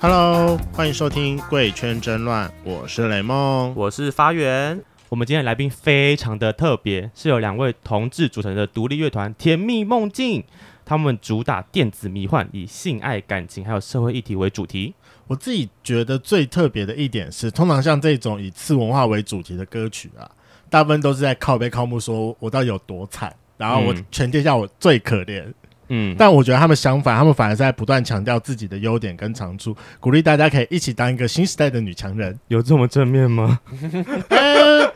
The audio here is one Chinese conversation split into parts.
Hello，欢迎收听《贵圈争乱》，我是雷梦。我是发源。我们今天的来宾非常的特别，是由两位同志组成的独立乐团甜蜜梦境，他们主打电子迷幻，以性爱、感情还有社会议题为主题。我自己觉得最特别的一点是，通常像这种以次文化为主题的歌曲啊，大部分都是在靠背靠木说我到底有多惨，然后我嗯全天下我最可怜。嗯，但我觉得他们相反，他们反而在不断强调自己的优点跟长处，鼓励大家可以一起当一个新时代的女强 人。有这么正面 吗？欸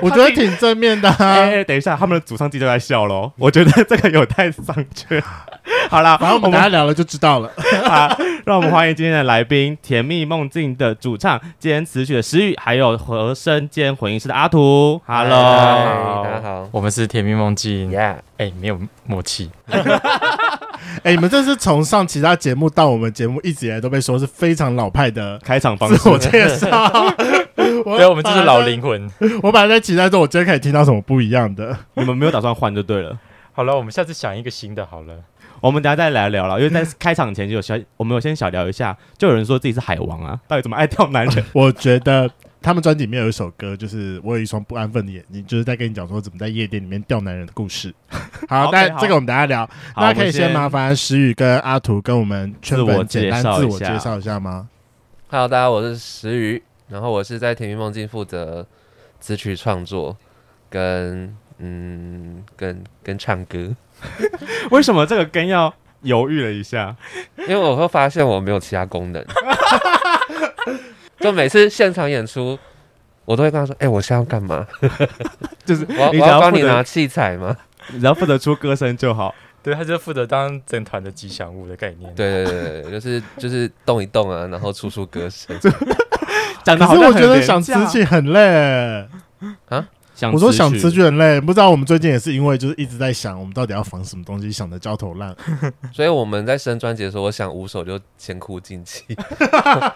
我觉得挺正面的、哎、啊。等一下，他们的主唱机都在笑喽。我觉得这个有待商榷。 好啦，反正我们我大们家聊了就知道 了。啊，让我们欢迎今天的来宾——甜蜜梦境的主唱兼词曲的石宇，还有和声兼混音师的阿图。Hello，嗨大家好我们是甜蜜梦境，哎、 ，Yeah，没有默契，哎、你们这是从上其他节目到我们节目，一直以来都被说是非常老派的开场方式自我介绍。 哦对，我们就是老林。灵魂。我本来在期待说，我今天可以听到什么不一样的。你们没有打算换就对了。好了，我们下次想一个新的好了。我们等一下再来聊了，因为在嗯开场前就有小，我们有先小聊一下，就有人说自己是海王啊，到底怎么爱钓 男人？我觉得他们专辑里面有一首歌，就是我有一双不安分的眼睛，就是在跟你讲说怎么在夜店里面钓男人的故事。好， OK，但好这个我们等一下聊。好那可以我们先麻烦石宇跟阿图跟我们圈自粉我简单介绍自一我下介绍一下吗？ ，Hello，大家，我是石宇，然后我是在《甜蜜梦境》负责词曲创作跟嗯跟跟唱歌，为什么这个跟要犹豫了一下？因为我会发现我没有其他功 能，就每次现场演出。我都会跟他说：“哎、我现在要干嘛？就是我要我你只要要帮负你责，拿器材吗你只要负责出歌声就好。对，他就负责当整团的吉祥物的概？”念。，对对对对，就是就是动一动啊，然后出出 歌声。讲的可好是像我很觉得廉想价词曲很累，想我说想曲词曲很累，不知道我们最近也是因为就是一直在想我们到底要防什么东西，想的焦头 烂额。所以我们在生专辑的时候，我想五首就先哭尽弃，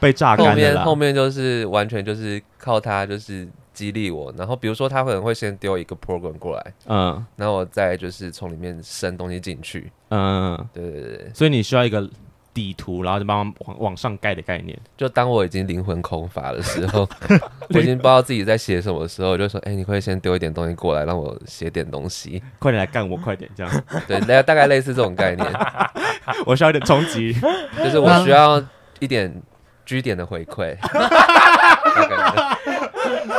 被榨后干的面啦后。面就是完全就是靠他就是激励我，然后比如说他可能会先丢一个 program 过来，嗯然后我再就是从里面生东西进去。嗯，对对对对，所以你需要一个底图，然后就帮忙往往上盖的概念。就当我已经灵魂空乏的时 候，我已经不知道自己在写什么的时候，我就说：“哎、你可以先丢一点东西过来，让我写点东西。快点来干我，快点这样，” 对，大大概类似这种概念，我需要一点冲击。就是嗯我需要一点据点的回 馈。大概这样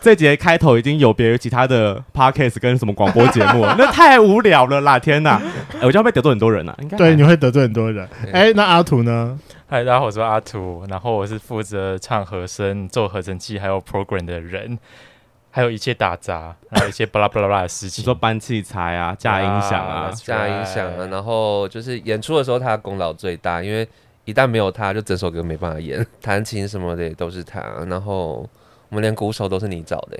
这节开头已经有别于其他的 podcast 跟什么广播节目了， 那太无聊了啦！天哪， 哎我这样被得罪很多人呐、应该对，你会得罪很多人。对哎，那阿图呢？嗨，大家好，我是阿图，然后我是负责唱和声、做合成器还有 program 的人，还有一切打杂，还有一些巴拉巴拉巴拉的事你情说。搬器材啊、架音响啊啊，加音响啊，然后就是演出的时候他的功劳最大，因为一旦没有他，就整首歌没办法演， 弹琴什么的也都是他，然后我们连鼓手都是你找的、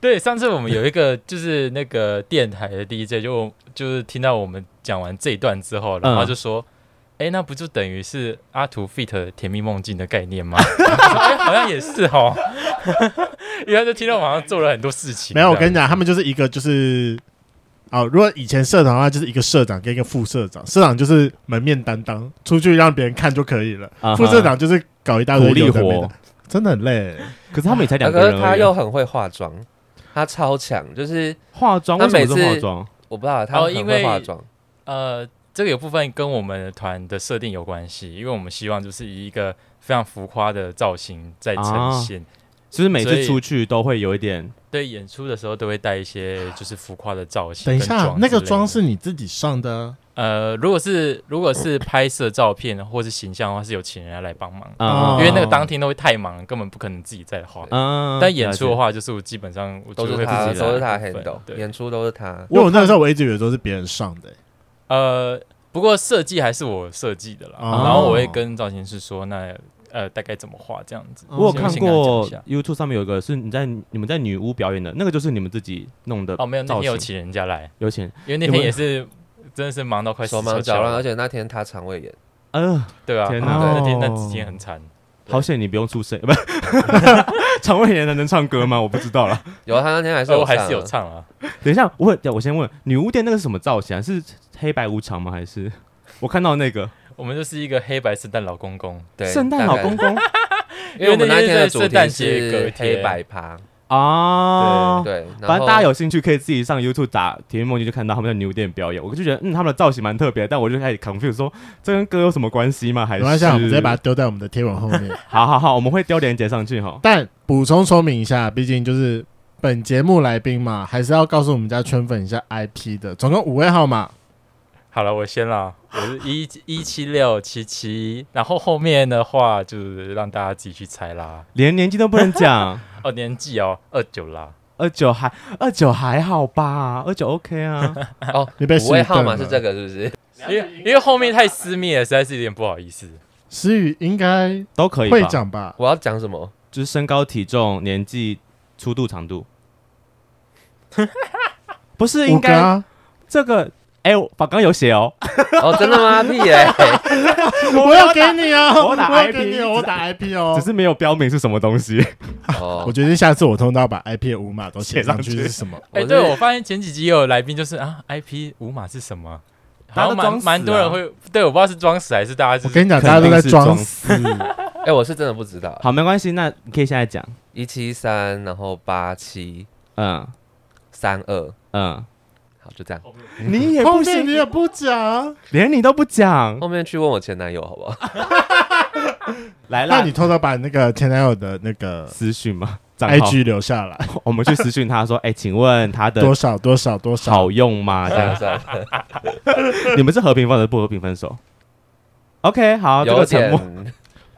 对，上次我们有一个就是那个电台的 DJ 就就是听到我们讲完这一段之后，然后嗯就说：“哎、那不就等于是阿图 fit 甜蜜梦境的概念吗？” 我说诶好像也是哦， 因为他就听到我好像做了很多事情。没有，我跟你你讲，他们就是一个就是，哦，如果以前社长的话，就是一个社长跟一个副社长，社长就是门面担当，出去让别人看就可以了。啊哈副社长就是搞一大堆苦力有的没的活，真的很累。可是他们也才两啊个可人而已是啊，他又很会化妆，他超强，就是化妆，他为什每么次是化妆？我不知道他哦很因会为化妆，呃，这个有部分跟我们团的设定有关系，因为我们希望就是以一个非常浮夸的造型在呈啊现。就是每所次以出去都会有一点，对，演出的时候都会带一些就是浮夸的造型等跟一妆之类的。下，那个妆是你自己上的啊，呃，如果是如果是拍摄照片或是形象的话，是有请人来帮忙，哦嗯，因为那个当天都会太忙，根本不可能自己在画。嗯，但演出的话，话，就是我基本上我都就会是自己他，来都是他的部分 handle，对，演出都是他。因为我那个时候我一直以为都是别人上的、欸呃，不过设计还是我设计的啦，哦然后我会跟造型师说，那呃大概怎么画这样子。哦我有先看先跟他讲过一下 YouTube 上面有一个是你在你们在女巫表演的那个，就是你们自己弄的哦，没有那造天有型，请人家来，有钱，因为那你们天也是真的是忙到快死手忙脚乱，而了，且那天他肠胃炎，呃，对啊，天对，哪那天那哦几天很惨。对好险你不用出声，不， 肠胃炎的能唱歌吗？我不知道啦。有啊他那天还是所以有我还上是有啊，唱啊，等一下，我我先问，女巫店那个是什么造型啊？是黑白无常吗？还是我看到那个我们就是一个黑白圣诞老公公，对，圣诞大老概公公因为我们因为那那天天的是主圣诞题节哦隔是天黑白趴， 啊，对，然反正后大家有兴趣可以自己上 YouTube 打《甜蜜梦境》，就看到他们在牛店表演。我就觉得，嗯，他们的造型蛮特别，但我就开始 confuse 说，这跟歌有什么关系吗？还没是关系啊，我们直接把它丢在我们的贴文后面。好好好，我们会丢链接上去哈。但补充说明一下，毕竟就是本节目来宾嘛，还是要告诉我们家圈粉一下 IP 的，总共五位号码。好了，我先啦，我是一一七六七七，然后后面的话就是让大家自己去猜啦。连年纪都不能讲， 哦，年纪哦，二九啦，二九还二九还好吧，二九 OK 啊。哦，你被五位石号码盾是了这个是不是？因为因为后面太私密了，实在是有点不好意思。思雨应该都可以吧会讲吧？我要讲什么？就是身高、体重、年纪、粗度、长度。不是应五个该啊，这个？哎、我把刚刚有写哦，哦，真的 吗？屁耶！我要给你啊，我我打要 IP 给你哦，我打 IP 哦只。是没有标明是什么 东西。我哦，决定下次我通道把 IP 的五码都写上去写上去是什么？哎、我对，是我发现前几集有来宾就是啊，IP 五码是什么？大家好都装像蛮死啊蛮多人会，对，我不知道是装死还是大家、就我是。跟你讲，大家肯都定在是装装死。 哎，我是真的不知道，好，没关系，那你可以现在讲。一七三，然后八七嗯三二，嗯，好，就这样。你也后不面行你，也不哦讲，连你都不讲。后面去问我前男友好不 好？来那啦，你偷偷把那个前男友的那个私讯嘛，账号 IG 留下来，我们去私讯他说，哎、请问他的多少多少多少好 用吗？啊这算样了算了，你们是和平分手还是不和平分手？OK，好，这有个沉点默。。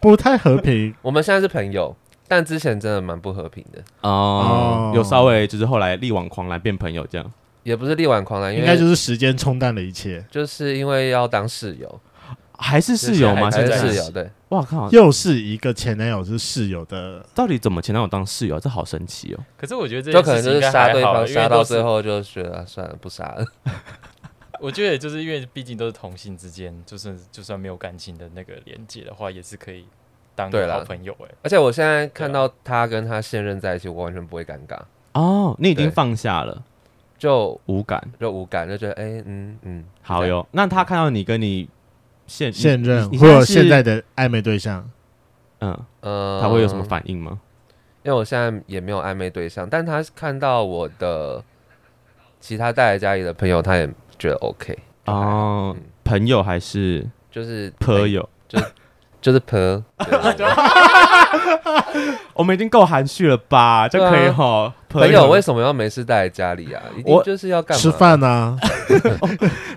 不太和 平。 我们现在是朋友，但之前真的蛮不和平的，哦哦，有稍微就是后来力挽狂澜变朋友这样。也不是力挽狂澜，因应该就为是时间冲淡了一切，就是因为要当室友，还是室友吗？还现是在室友，对，哇靠！又是一个前男友是室友的，到底怎么前男友当室友？这好神奇哦！可是我觉得这就件可能事就情应是该杀还对好，方，因为杀都到是最后就觉得啊算了，不杀了。我觉得就是因为毕竟都是同性之间，就是就算没有感情的那个连接的话，也是可以当对个啦好朋友哎、而且我现在看到他跟他现任在一起，我完全不会尴尬，哦，你已经对放下了，就无感。就无感，就觉得哎、嗯嗯，好这样，哟，那他看到你跟你现现任你或者是现在的暧昧对象，嗯，呃，他会有什么？反应吗？因为我现在也没有暧昧对象，但他看到我的其他带来家里的朋友，他也觉得 OK，哦嗯，朋友还是就是朋，友？就是朋 友，对啊我们已经够含蓄了吧？就对啊可以吼朋友为什么要没事带来家里啊？一定我就是要干嘛？吃饭 啊，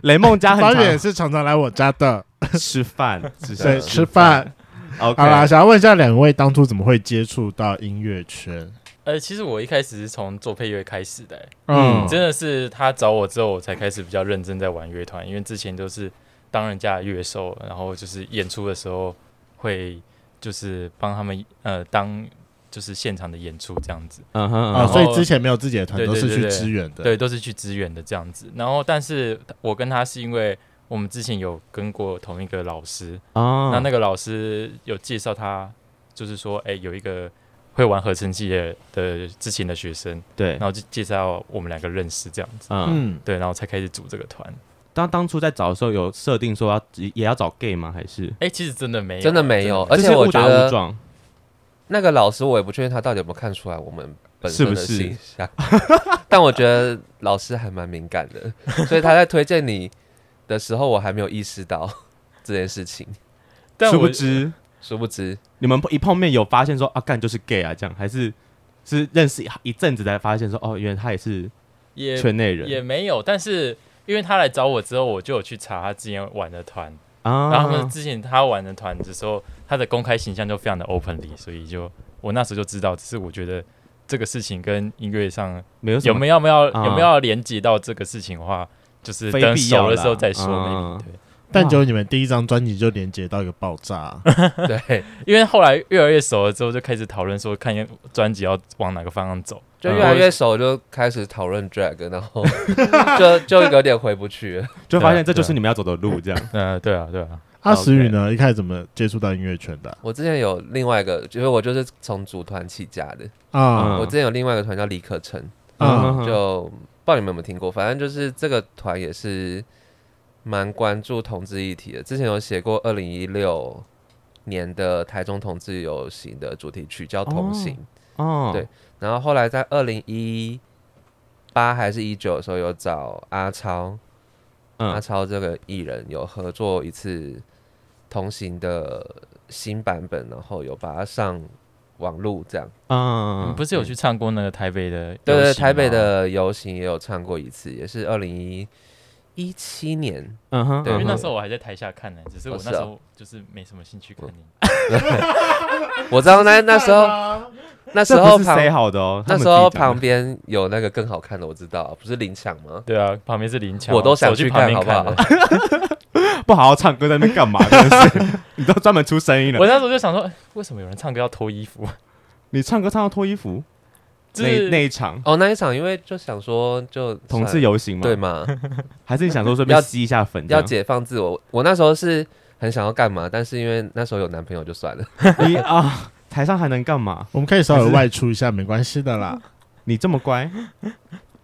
雷梦家方很远也常是常常来我家的，吃饭，只对，是吃饭。 OK，好啦，想要问一下两位当初怎么会接触到音乐圈？呃，其实我一开始是从做配乐开始的、欸，嗯真的是他找我之后，我才开始比较认真在玩乐团，因为之前都是当人家的乐手，然后就是演出的时候会就是帮他们呃当就是现场的演出这样子，嗯哼，啊，嗯然后所以之前没有自己的团，对都对是去对对支援的。对，都是去支援的这样子。然后，但是我跟他是因为我们之前有跟过同一个老师，哼哦，那那个老师有介绍他，就是说，哎、有一个会玩合成器的的之前的学生，对然，后就介绍我们两个认识这样子。嗯，嗯，对，然后才开始组这个团。当当初在找的时候有设定说要也要找 gay 吗？还是哎、其实真的没有，真的没有而且就是我误打觉得误撞，那个老师我也不确定他到底有没有看出来我们本身的是不是形象， 但我觉得老师还蛮敏感的，所以他在推荐你的时候，我还没有意识到 这件事情。但殊不我知殊不知，你们一碰面有发现说啊干就是 gay 啊这样，还是是认识一阵子才发现说哦原来他也是也圈内人也没有，但是因为他来找我之后，我就有去查他之前玩的团，啊，然后他们之前他玩的团的时候，他的公开形象就非常的 openly，所以就我那时候就知道，只是我觉得这个事情跟音乐上没有什有么没有要不要、啊有没有要连接到这个事情的话，就是非等必要熟的时候啦再说。啊 maybe，对，但只有你们第一张专辑就连接到一个爆炸，对，因为后来越来越熟了之后，就开始讨论说，看专辑要往哪个方向走。就越来越熟，就开始讨论 drag，然后就就有点回不去了。就发对现啊这就是你们要走的路这样，嗯、对啊，对啊，阿石宇呢，一开始怎么接触到音乐圈的我之前有另外一个，就是我就是从组团起家的。啊？嗯我之前有另外一个团叫李可成，嗯就不知道你们有没有听过，反正就是这个团也是蛮关注同志议题的，之前有写过二零一六年的台中同志游行的主题曲叫《同行》，哦，对然后后来在二零一八还是一九的时候有找阿超，阿嗯，超这个艺人有合作一次同行的新版本，然后有把它上网路这样。嗯，你不是有去唱过那个台北的游行吗？对对，台北的游行也有唱过一次，也是二零一一七年。嗯哼，对嗯因为哼那时候我还在台下看呢、只是我哦是那啊时候就是没什么兴趣看你。我知道那那时候候那时这候不是旁谁好的哦，他们那时自己候讲的旁边有那个更好看的，我知道，不是林强吗？对啊，旁边是林强，我都想走去去旁看边好的。不好好唱歌在那边干 嘛？真的是，你都专门出声 音我了。那时候就想说，哎为什么有人唱歌要脱衣服？你唱歌唱到脱衣服， 就那是那一场哦，那一场因为就想说就 同志游行嘛，对， 嘛，还是你想说顺便要吸一下粉？要解放自我。我那时候是很想要干嘛，但是因为那时候有男朋友就算了。你 啊，台上还能干嘛？我们可以稍微外出一下，没关系的啦。 你这么乖，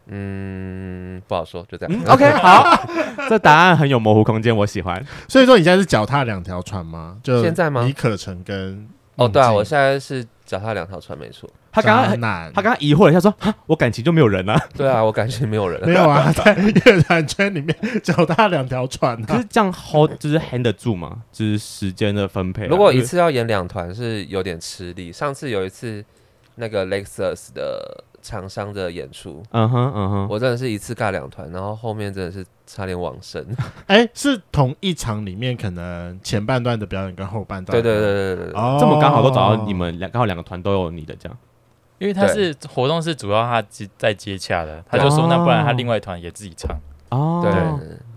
嗯，不好说，就这样。嗯，OK，好， 这答案很有模糊空间，我喜欢。所以说你现在是脚踏两条船吗？就现在吗李可成跟哦，对啊，孟我静现在是脚踏两条船，没错。他刚渣刚男他刚刚疑惑了一下，说：“哈，我感情就没有人了、啊。 对啊，我感觉没有 人。没有啊，在乐团圈里面脚踏两条船”可啊是。这样 hold 就是 hand 得住吗？就是时间的分配啊、如果一就是次要演两团是有点吃力。上次有一次那个 Lexus 的厂商的演出，嗯哼嗯哼，我真的是一次尬两团，然后后面真的是差点往生。哎，是同一场里面可能前半段的表演跟后半段。对对对对对对。哦，这么刚好都找到你们两，刚好两个团都有你的这样。因为他是活动是主要他接在接洽哦的，他就说那不然他另外一团也自己唱。哦，对，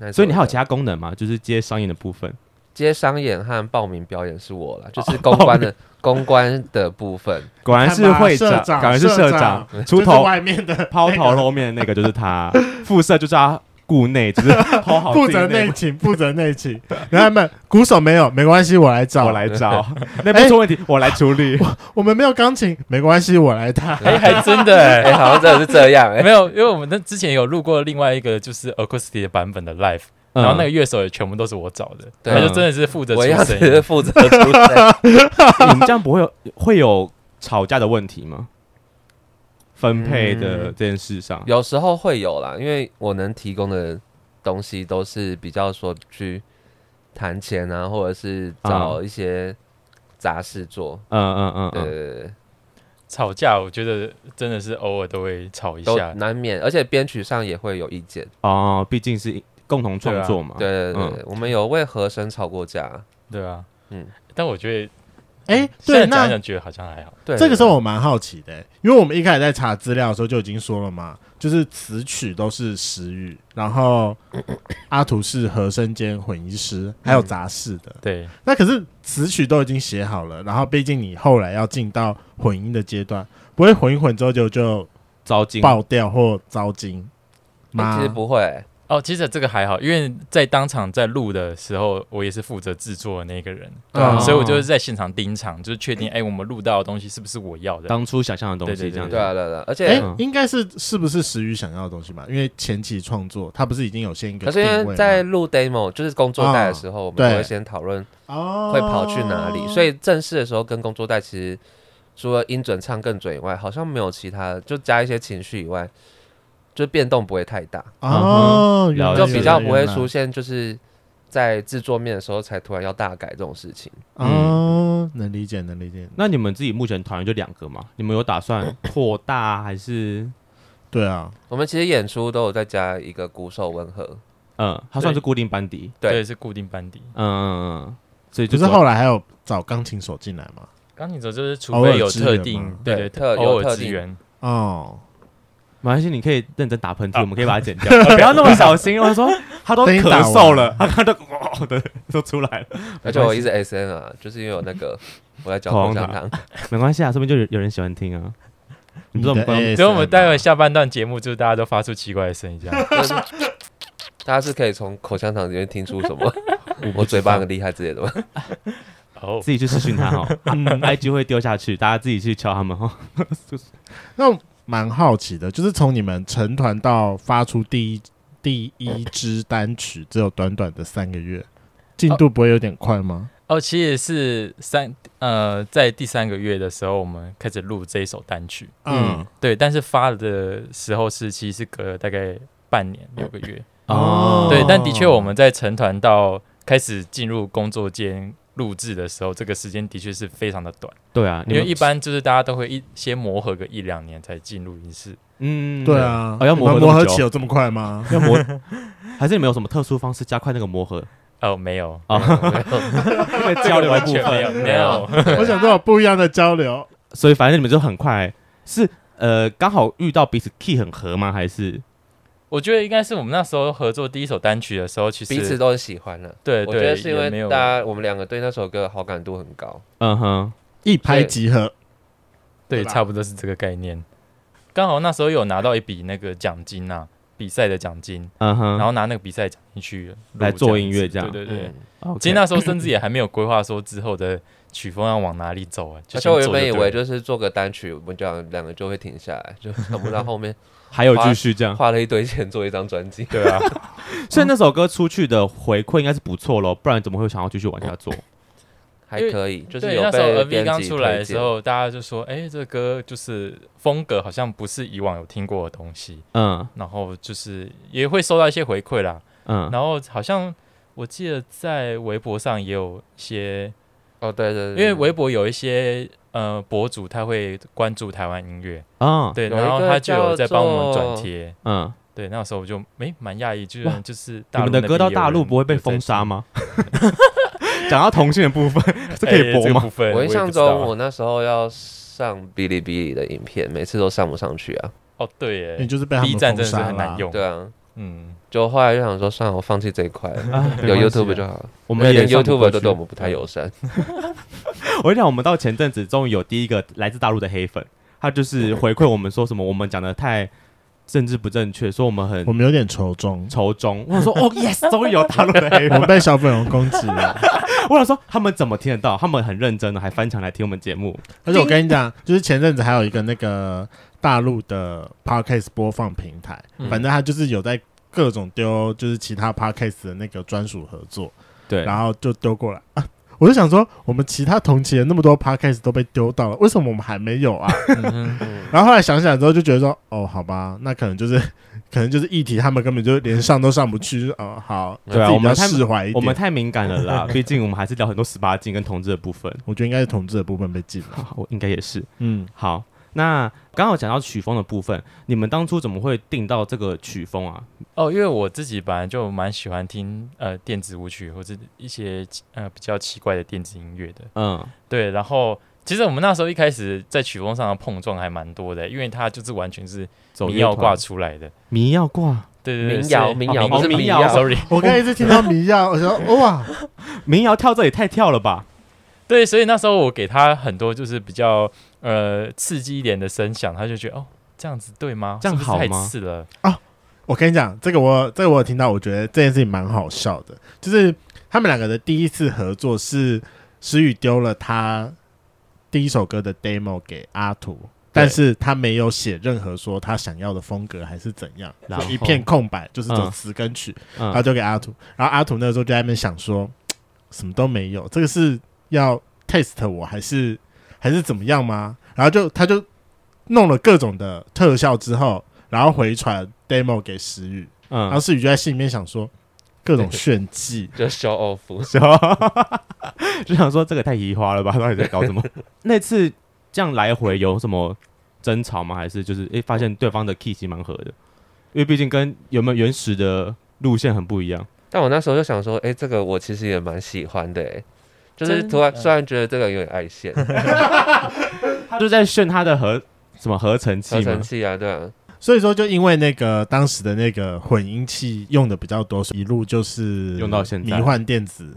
那一次所以你还有我其他功能吗？就是接商演的部分。接商演和报名表演是我了，就是公关的公关的部分。果然是会看吧社长果然是社长，就出是头外面 的抛那个头露面的那个就是他， 副社就是他顾内，只是 hold 好负哦自己责内内勤，负责内勤。然后他们鼓手没有，没关系，我来找。我来找，那不是问题，我来处理。我们没有钢琴，没关系，我来弹。 哎、还真的、 哎、欸，好像真的是这样哎、 没有，因为我们那之前有录过另外一个就是 acoustic 的版本的 live，、然后那个乐手也全部都是我找的，嗯对他就真的是负责出我一样声只音是。负责出声。个， 你们这样不会有会有吵架的问题吗？分配的这件事上，有时候会有啦，因为我能提供的东西都是比较说去谈钱啊，或者是找一些杂事做。嗯嗯嗯嗯，对对对对，吵架，我觉得真的是偶尔都会吵一都下。难免，而且编曲上也会有意见。哦，毕竟是共同创作嘛。对对对对，我们有为和声吵过架。对啊，嗯嗯，但我觉得嗯哎，现对，在讲一那讲觉得好像还好。对，这个时候我蛮好奇的、因为我们一开始在查资料的时候就已经说了嘛，就是词曲都是时语，然后阿图是和声兼混音师，还嗯有杂事的。对，那可是词曲都已经写好了，然后毕竟你后来要进到混音的阶段，不会混一混之后就就糟金爆掉或糟金哎吗？其实不会、哦，其实这个还好，因为在当场在录的时候，我也是负责制作的那个人，对啊哦所以我就是在现场盯场，就是确定哎、我们录到的东西是不是我要的。当初想象的东西这样对子。啊对啊对啊，而且、哎、嗯应该是是不是石宇想要的东西吧？因为前期创作，他不是已经有先一个可是因定为位在吗录 demo 就是工作带的时候，我们都啊对会先讨论哦会跑去哪里，所以正式的时候跟工作带其实除了音准唱更准以外，好像没有其他的，就加一些情绪以外，就变动不会太大，哦，嗯哼了解就比较不会出现现就是在制作面的时候才突然要大改这种事情。嗯哦，能理解，能理解。那你们自己目前团员就两个嘛？你们有打 算扩大还是？对啊，我们其实演出都有再加一个鼓手温和，嗯，他算是固定班底。对对，是固定班底。嗯嗯嗯，所以就就是后来还有找钢琴手进来嘛？钢琴手就是，除偶尔非有支援特吗定，对对，特有偶尔特支定援。哦，马来西你可以认真打喷 嚏，我们可以把它剪掉，啊不要那么小心。哦我 说他都等你咳打完嗽了，他他都哦对都出来了，而且我一直 S N 啊，就是因为有那个我在嚼口香糖， 没关系啊，说不定就有有人喜欢听啊。你知道我们你的 ASMR 观众所以我们待会下半段节目就是大家都发出奇怪的声音，这 样。就是大家是可以从口香糖里面听出什 么我嘴巴很厉害之类的吗？哦， 自己去私讯他哦嗯，IG 会丢下去，大家自己去敲他们哦。那蛮好奇的，就是从你们成团到发出第一第一支单曲只有短短的三个月，进度不会有点快吗？哦，其实也是三呃，在第三个月的时候，我们开始录这一首单曲，嗯嗯，对，但是发的时候是其实是隔了大概半年六个月，哦对，但的确我们在成团到开始进入工作间录制的时候，这个时间的确是非常的短，对啊，你因为们一般就是大家都会一先磨合个一两年才进录音室。嗯对，啊，哦要你磨合们这么磨合久期有这么快 吗？要磨，还是你们有什么特殊方式加快那个 磨合、哦，没有，那个交流的部没分？有，没有，我想都有不一样的交流，所以反正你们就很快、是呃刚好遇到彼此 key 很合吗？还是 我觉得应该是我们那时候合作第一首单曲的时候，其实彼此都很喜欢啊了。对我呃对，觉得是因也没为有大家我们两个对那首歌好感度很高，嗯哼一拍即合。对，吧差不多嗯是这个概念。刚好那时候有拿到一笔那个奖金啊，比赛的奖金，嗯哼，然后拿那个比赛奖金去录来做这样音乐子这样对对对。嗯，后其实那时候甚至也还没有规划说之后的曲风要往哪里走啊，就而且我先原做本以对为了就是做个单曲，我们这样两个就会停下来，就想不到后 面还有继续这样，花了一堆钱做一张专辑。啊对啊，所以那首歌出去的回馈应该是不错咯，不然怎么会想要继续往下做？ 还因为可以，就是对有那时候被 MV 编刚辑出来推的时荐，候，大家就说，哎，这个歌就是风格好像不是以往有听过的东西，嗯然后就是也会收到一些回馈啦，嗯，然后好像我记得在微博上也有一些哦对对因对，为微博有一些呃博主，他会关注台湾音乐，啊对，哦有然后一个他就有在叫帮我们做转贴。嗯，对，那时候我就诶蛮讶异，居哇然就是你大们陆的那歌边到有大陆人不会被有在封杀 听？吗？ 讲到同性的部分，这可以诶播哎这个吗？部分我也印不象知道啊中我那时候要上哔哩哔哩的影片，每次都上不上去啊。哦，对耶你就是被他们，B 站封真的是杀很了难，用。对啊，嗯，就后来就想说，算了，我放弃这一块 了， 啊有没关系 YouTube 啊就好了。我我们也连上不 YouTube 过都去对我们不太友 善。我跟你讲，我们到前阵子终于有第一个来自大陆的黑粉，他就是回馈我们说什么我们讲的太政治不正确，说我们我很们有点仇 中，仇中。我想说，哦，yes，终于有大陆的黑我粉们。被小粉红攻击了。我想说，他们怎么听得到？他们很认真的，还翻墙来听我们节目。而且我跟你讲，就是前阵子还有一个那个大陆的 podcast 播放平台，嗯反正他就是有在各种丢，就是其他 podcast 的那个专属合作，对，然后就丢过来啊。我就想说，我们其他同期的那么多 podcast 都被丢到了，为什么我们还没有啊？ 嗯哼嗯然后后来想想之后，就觉得说，哦，好吧，那可能就是， 可能就是议题，他们根本就连上都上不去。就是哦，好，对啊自己我们比较太释怀一点。我们太敏感了啦，毕竟我们还是聊很多十八禁跟同志的部分。我觉得应该是统治的部分被禁了。我应该也是。嗯，好，那刚好讲到曲风的部分，你们当初怎么会定到这个曲风啊？哦，因为我自己本来就蛮喜欢听呃电子舞曲或者一些呃比较奇怪的电子音乐的，嗯，对，然后其实我们那时候一开始在曲风上的碰撞还蛮多的，因为它就是完全是走民乐谣团挂，出来的，民谣挂，对对对，民谣，所以民哦谣民不是谣民民谣谣，，，sorry， 我刚才一直听到迷药，我想说哇，民谣跳这也太跳了吧？对，所以那时候我给他很多就是比较呃刺激一点的声响，他就觉得哦这样子对吗？这样是不是好太吗刺了，我跟你讲，这个我这个我有听到，我觉得这件事情蛮好笑的，就是他们两个的第一次合作是石宇丢了他第一首歌的 demo 给阿图。但是他没有写任何说他想要的风格还是怎样，然后就一片空白，就是走嗯词跟曲，然后嗯，丢给阿土，然后阿土那个时候就在那边想说，什么都没有，这个是要 test 我还是还是怎么样吗？然后就他就弄了各种的特效之后，然后回传 demo 给石宇，然后嗯，石宇就在心里面想说，各种炫技就 show off。就哦 就想说这个太移花了吧？到底在搞什么？那次这样来回有什么争吵吗？还是就是诶、发现对方的 key 其实蛮合的，因为毕竟跟原本原始的路线很不一样。但我那时候就想说，哎、这个我其实也蛮喜欢的、诶就是真突然的虽然觉得这个有点爱线他就在炫他的合什么合成器合吗嗯成？器啊，对啊，所以说就因为那个当时的那个混音器用的比较多，一路就是用到现在迷幻电子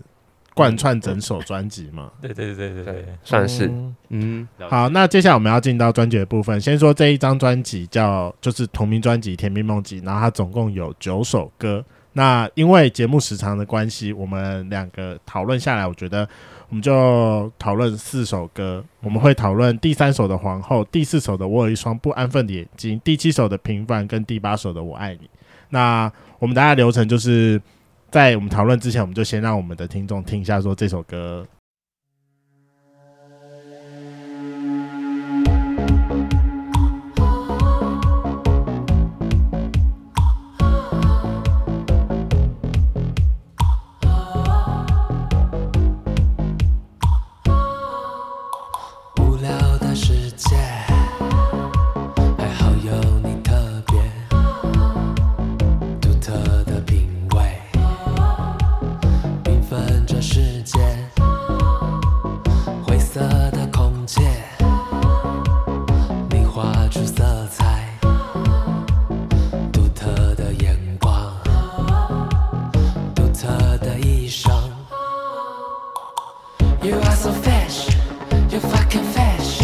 贯穿整首专辑嘛。对对对对对对，算是、嗯，了解好，那接下来我们要进到专辑的部分。先说这一张专辑叫就是同名专辑《甜蜜梦境》，然后它总共有九首歌。那因为节目时长的关系，我们两个讨论下来，我觉得我们就讨论四首歌。我们会讨论第三首的《皇后》，第四首的《我有一双不安分的眼睛》，第七首的《平凡》跟第八首的《我爱你》。那我们大家流程就是在我们讨论之前，我们就先让我们的听众听一下，说这首歌无聊的世界，还好有你特别独特的品味，缤纷这世界，灰色的空气，你画出色彩，独特的眼光，独特的衣裳。You are so fresh, you fucking fresh.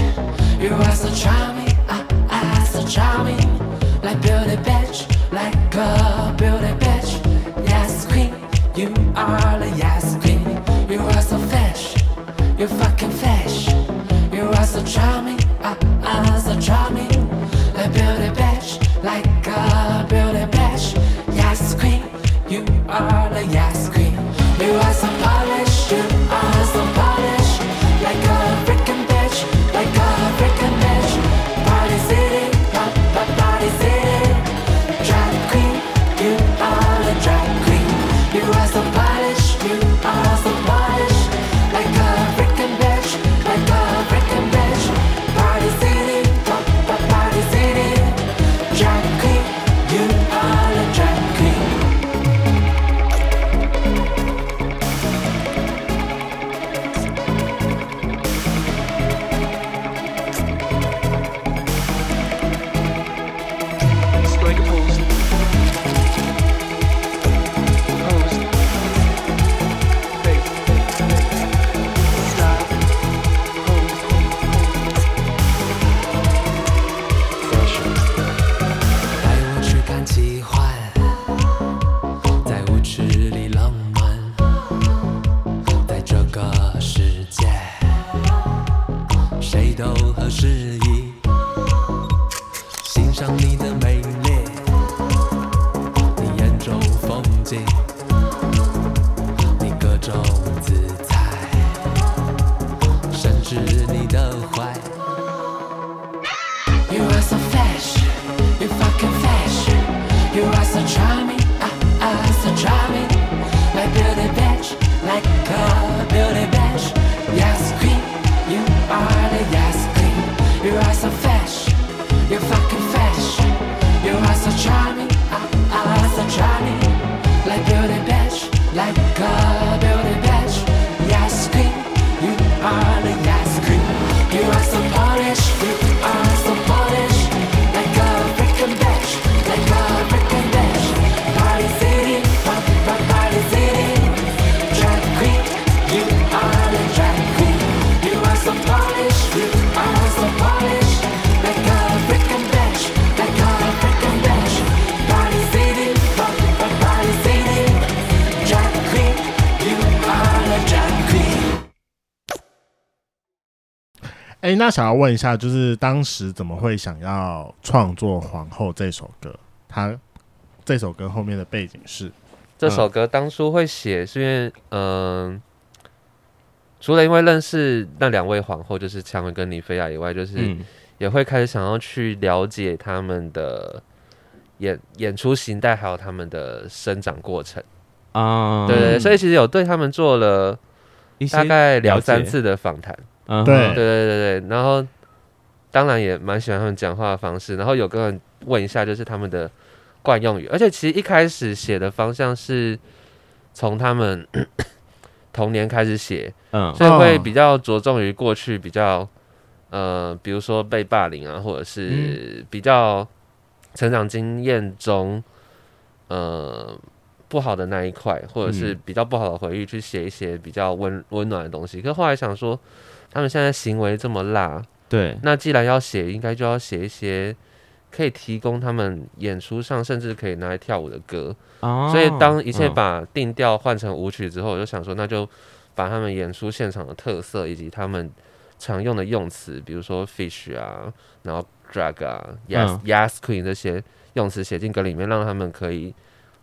You are so charming, ah ah so charming. Like beauty bitch, like a beauty bitch. Yes queen, you are the yes queen. You are so fresh, you fucking fresh. You are so charming, ah ah so charming. Like beauty bitch, like a beauty bitch. Yes queen, you are the yes queen. You are so polished, you are so polished. Like a freaking bitch, like a freaking bitch. Party city, pop, pop, party city. Drag queen, you are a drag queen. You are so polished, you are so polished. Like a freaking bitch, like a freaking bitch. Party city, pop, pop, party city. Drag queen, you are a drag queen. Strike a pose. Pose. Face. Stop. Pose. Fashion. 带我去看奇幻，在舞池里浪漫，在这个世界，谁都合时宜。欣赏你的美丽，你眼中风景，你各种姿态，甚至你的坏。You are so fresh, you fucking fresh. You are so charming, ah ah, so charming. Like beauty bitch, like a beauty bitch. Yes queen, you are the yes queen. You are so fresh, you fucking fresh. You are so charming, ah ah, so charming. Like beauty bitch, like a beauty bitch. Yes queen, you are the yes queen. You are so polished, you are so polished. Like a freaking bitch, like a freaking bitch. Party city, pop, pop, party city. Drag queen, you are the drag queen. You are so polished, you are so polished. Like a freaking bitch, like a freaking bitch. Party city, pop, pop, party city. Drag queen, you are the drag queen. 哎、那想要问一下，就是当时怎么会想要创作《皇后》这首歌？它这首歌后面的背景是，这首歌当初会写是因为，嗯、除了因为认识那两位皇后，就是蔷薇跟妮菲亚以外，就是嗯，也会开始想要去了解他们的演演出形态，还有他们的生长过程。啊，对对对，所以其实有对他们做了以大概两了解三次的访谈。对嗯对对对对，然后当然也蛮喜欢他们讲话的方式，然后有跟人问一下就是他们的惯用语，而且其实一开始写的方向是从他们 童年开始写，嗯所以会比较着重于过去比较呃，比如说被霸凌啊，或者是比较成长经验中呃不好的那一块，或者是嗯比较不好的回忆，去写一些比较温温暖的东西。可是后来想说，他们现在行为这么辣，对，那既然要写，应该就要写一些。可以提供他们演出上，甚至可以拿来跳舞的歌，啊所以当一切嗯把定调换成舞曲之后，我就想说，那就把他们演出现场的特色以及他们常用的用词，比如说 fish 啊，然后 drag 啊、yes、嗯 yes queen 这些用词写进歌里面，让他们可以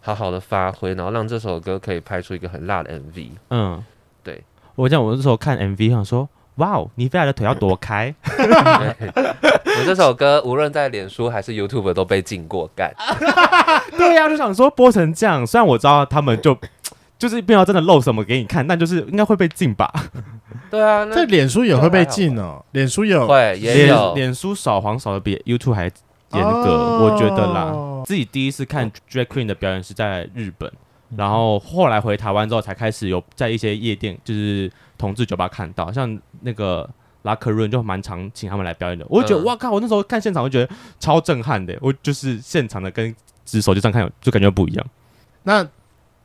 好好的发挥，然后让这首歌可以拍出一个很辣的 MV。嗯，对。我讲，我那时候看 MV，想说，哇哦，尼菲亚的腿要多开，我这首歌无论在脸书还是 YouTube 都被禁过干，对啊呀、就想说播成这样。虽然我知道他们就就是不要真的露什么给你看，但就是应该会被禁吧。对啊，那这脸书也会被禁哦，脸书有会也有脸脸书扫黄扫的比 YouTube 还严格，我觉得啦。哦自己第一次看 Drag Queen 的表演是在日本，嗯然后后来回台湾之后才开始有在一些夜店，就是同志酒吧看到，像那个拉克润就蛮常请他们来表演的。我就觉得嗯哇靠！我那时候看现场，我觉得超震撼的。我就是现场的跟只手机上看，就感觉不一样。那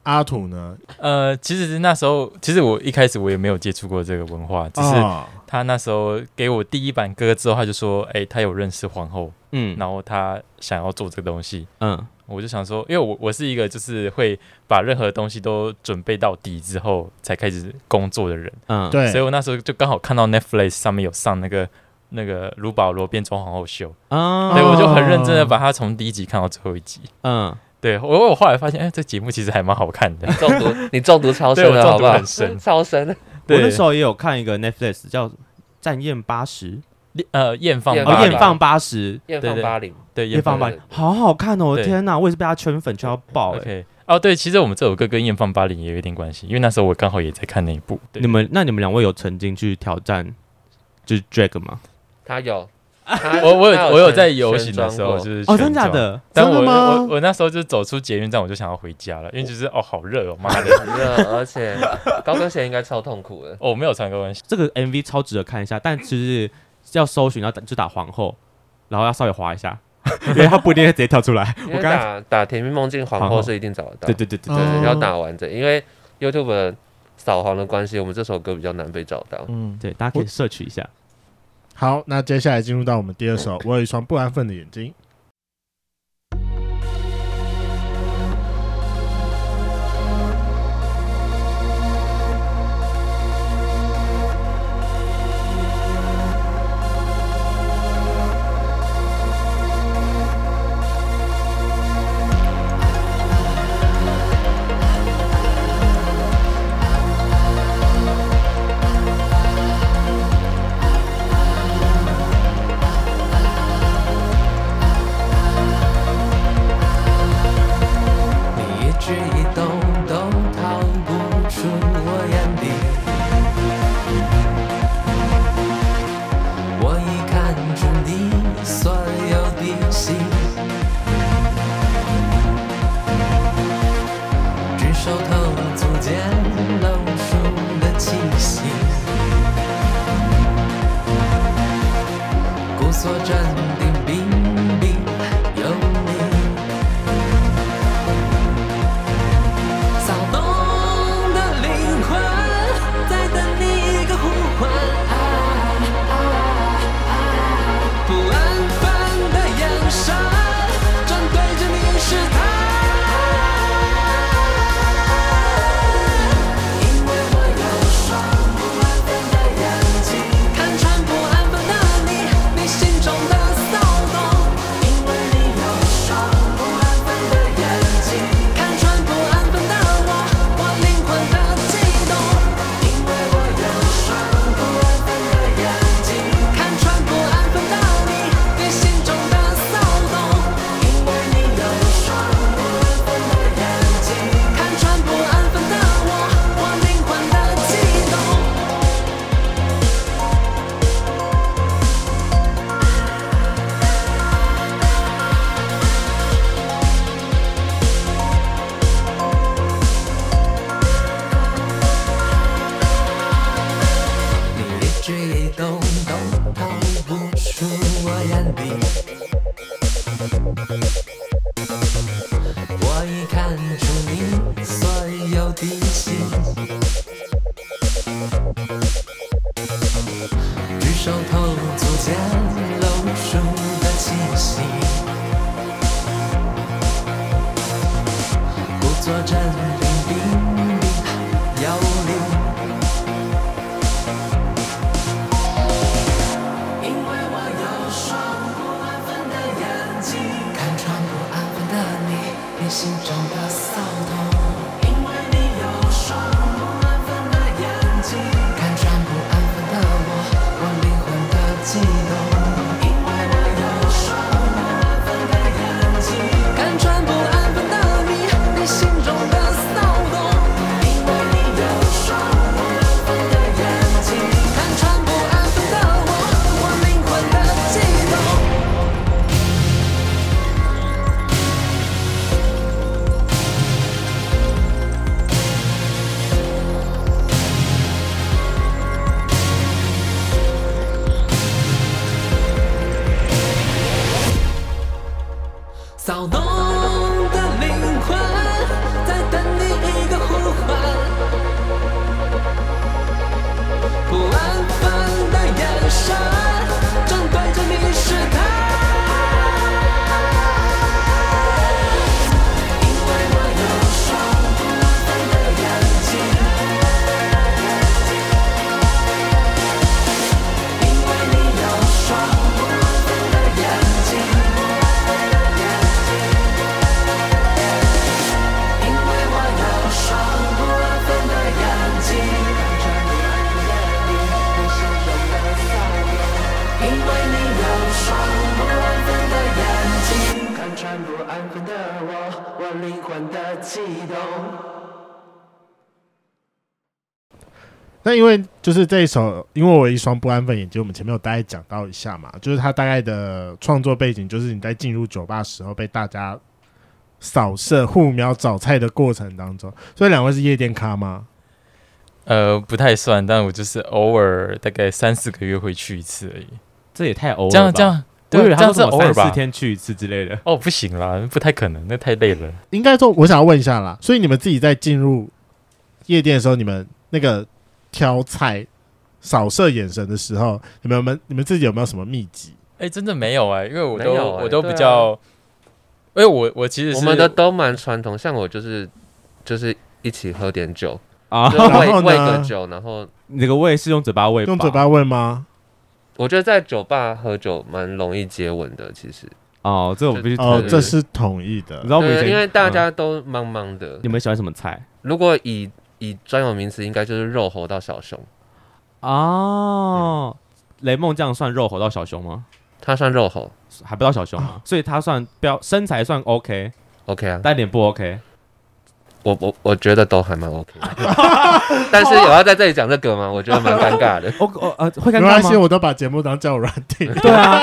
阿土呢？呃，其实那时候，其实我一开始我也没有接触过这个文化，只是哦他那时候给我第一版歌之后，他就说，哎、他有认识皇后，嗯然后他想要做这个东西，嗯我就想说，因为我我是一个就是会把任何东西都准备到底之后才开始工作的人，嗯，对，所以我那时候就刚好看到 Netflix 上面有上那个那个卢保罗变装皇后秀，啊，对，我就很认真的哦把它从第一集看到最后一集。嗯，对我，我后来发现，哎、这节目其实还蛮好看 的。中毒，你中毒超深对我了，中毒好不好很深？超深的，我对，那时候也有看一个 Netflix 叫《战宴八十》，呃，艳放艳哦，吧《放艳放八十》，艳对放对八零，对，艳艳放放八吧。十，好好看哦！我的对天哪，我也是被他圈粉圈到爆哎。 OK，哦，对，其实我们这首歌跟艳放八零也有一点关系，因为那时候我刚好也在看那一部。对你，们那你们两位有曾经去挑战就是 drag 吗？他 有，我我他有我有在全游行的时 全装候过就是哦，全真的假装？的？但真我的吗我我那时候就走出捷运站，我就想要回家了，因为就是哦，好热哦，妈的！很热，而且高跟鞋应该超痛苦 的。哦，我没有穿高跟鞋。这个 MV 超值得看一下，但其实要搜寻要打就打皇后，然后要稍微滑一下， 因为他不一定会直接跳出来。因我为刚才打打《甜蜜梦境》皇后是一定找得到， 对对对对哦对，对，要打完整，因为 YouTube 扫黄的关系，我们这首歌比较难被找到。嗯，对，大家可以摄取一下。好，那接下来进入到我们第二首，我有一双不安分的眼睛。你一举一动都逃不出我眼底。我已看出你所有的戏，只手头足见露出的气息，故作镇定彬彬有礼。骚动的灵魂在等你一个呼唤。啊啊啊！不安分的眼神，正对着你试探。因为我有双不安分的眼睛，看穿不安分的你，你心中的骚动。因为你有双不安分的眼睛，看穿不安分的我，我灵魂的悸动。因为我有双不安分的眼睛，看穿不安分的你，你心中的骚动。因为你有双不安分的眼睛，看穿不安分的我，我灵魂的悸动。你一举一动都逃不出我眼底。我已看出你所有的心，举手投足间露出的气息，故作镇定彬彬有礼。因为我有双不安分的眼睛，看穿不安你心中的骚动，因为你有双不安分的眼睛，看穿不安分的我，我灵魂的悸动，因为我有双不安分的眼睛，看穿不安分的你，你心中的骚动，因为你有双不安分的眼睛，看穿不安分的我，我灵魂的悸动。骚动的灵魂在等你一个呼唤，不安分的眼神正对着你试探，因为我有双不安分的眼睛，因为你有双不安分的眼睛。因为我有双不安分的眼睛，因为你有双不安分的眼睛，看穿不安分的我，我灵魂的悸动。那因为就是这一首，因为我一双不安分眼睛，我们前面有大概讲到一下嘛，就是它大概的创作背景，就是你在进入酒吧时候被大家扫射、互瞄找菜的过程当中，所以两位是夜店咖吗？呃，不太算，但我就是偶尔大概三四个月会去一次而已。这也太偶尔这样吧这，样，我对，以为这他样说什是么偶三尔四吧？天去一次之类的。哦，不行啦，不太可能，那太累了。应该说，我想要问一下啦，所以你们自己在进入夜店的时候，你们那个挑菜、扫射眼神的时候，你们有没有你们自己有没有什么秘籍？哎、真的没有哎、因为我没都、有哎我都对比啊较，因为我我其实是我们的都蛮传统，像我就是就是一起喝点 酒，啊就，然喂后呢喂个酒，然后你 那个喂是用嘴巴喂吧，用嘴巴问吗？我觉得在酒吧喝酒蛮容易接吻的，其实，哦，这我必须哦，承认这是统一的你知。道我们以前对，因为大嗯家都茫茫的你。们喜欢什么菜如果以以专有名词，应该就是肉猴到小熊，哦，雷梦这样算肉猴到小熊吗？它算肉猴还不到小熊吗？所以他算标身材算 OK， ，OK 啊，但脸不 OK。我我我觉得都还蛮 OK 的。但是有要在这里讲这个吗？我觉得蛮尴尬的。哦哦呃，会尴没关系，尬吗？我都把节目当交友软体。对啊，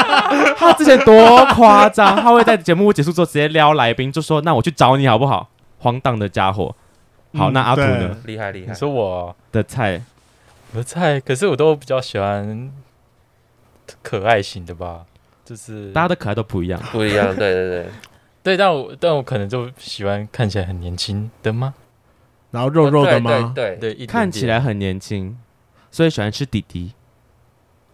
他之前多夸张，他会在节目结束之后直接撩来宾，就说：“那我去找你好不好？”荒诞的家伙。 好，嗯那阿土对呢厉害厉害你，说我的菜我的菜，可是我都比较喜欢可爱型的吧，就是大家的可爱都不一样。不一样，对对对。对，但我但我可能就喜欢看起来很年轻的吗？然后肉肉的吗？呃对对对，对，一点看点起来很年轻，所以喜欢吃弟弟，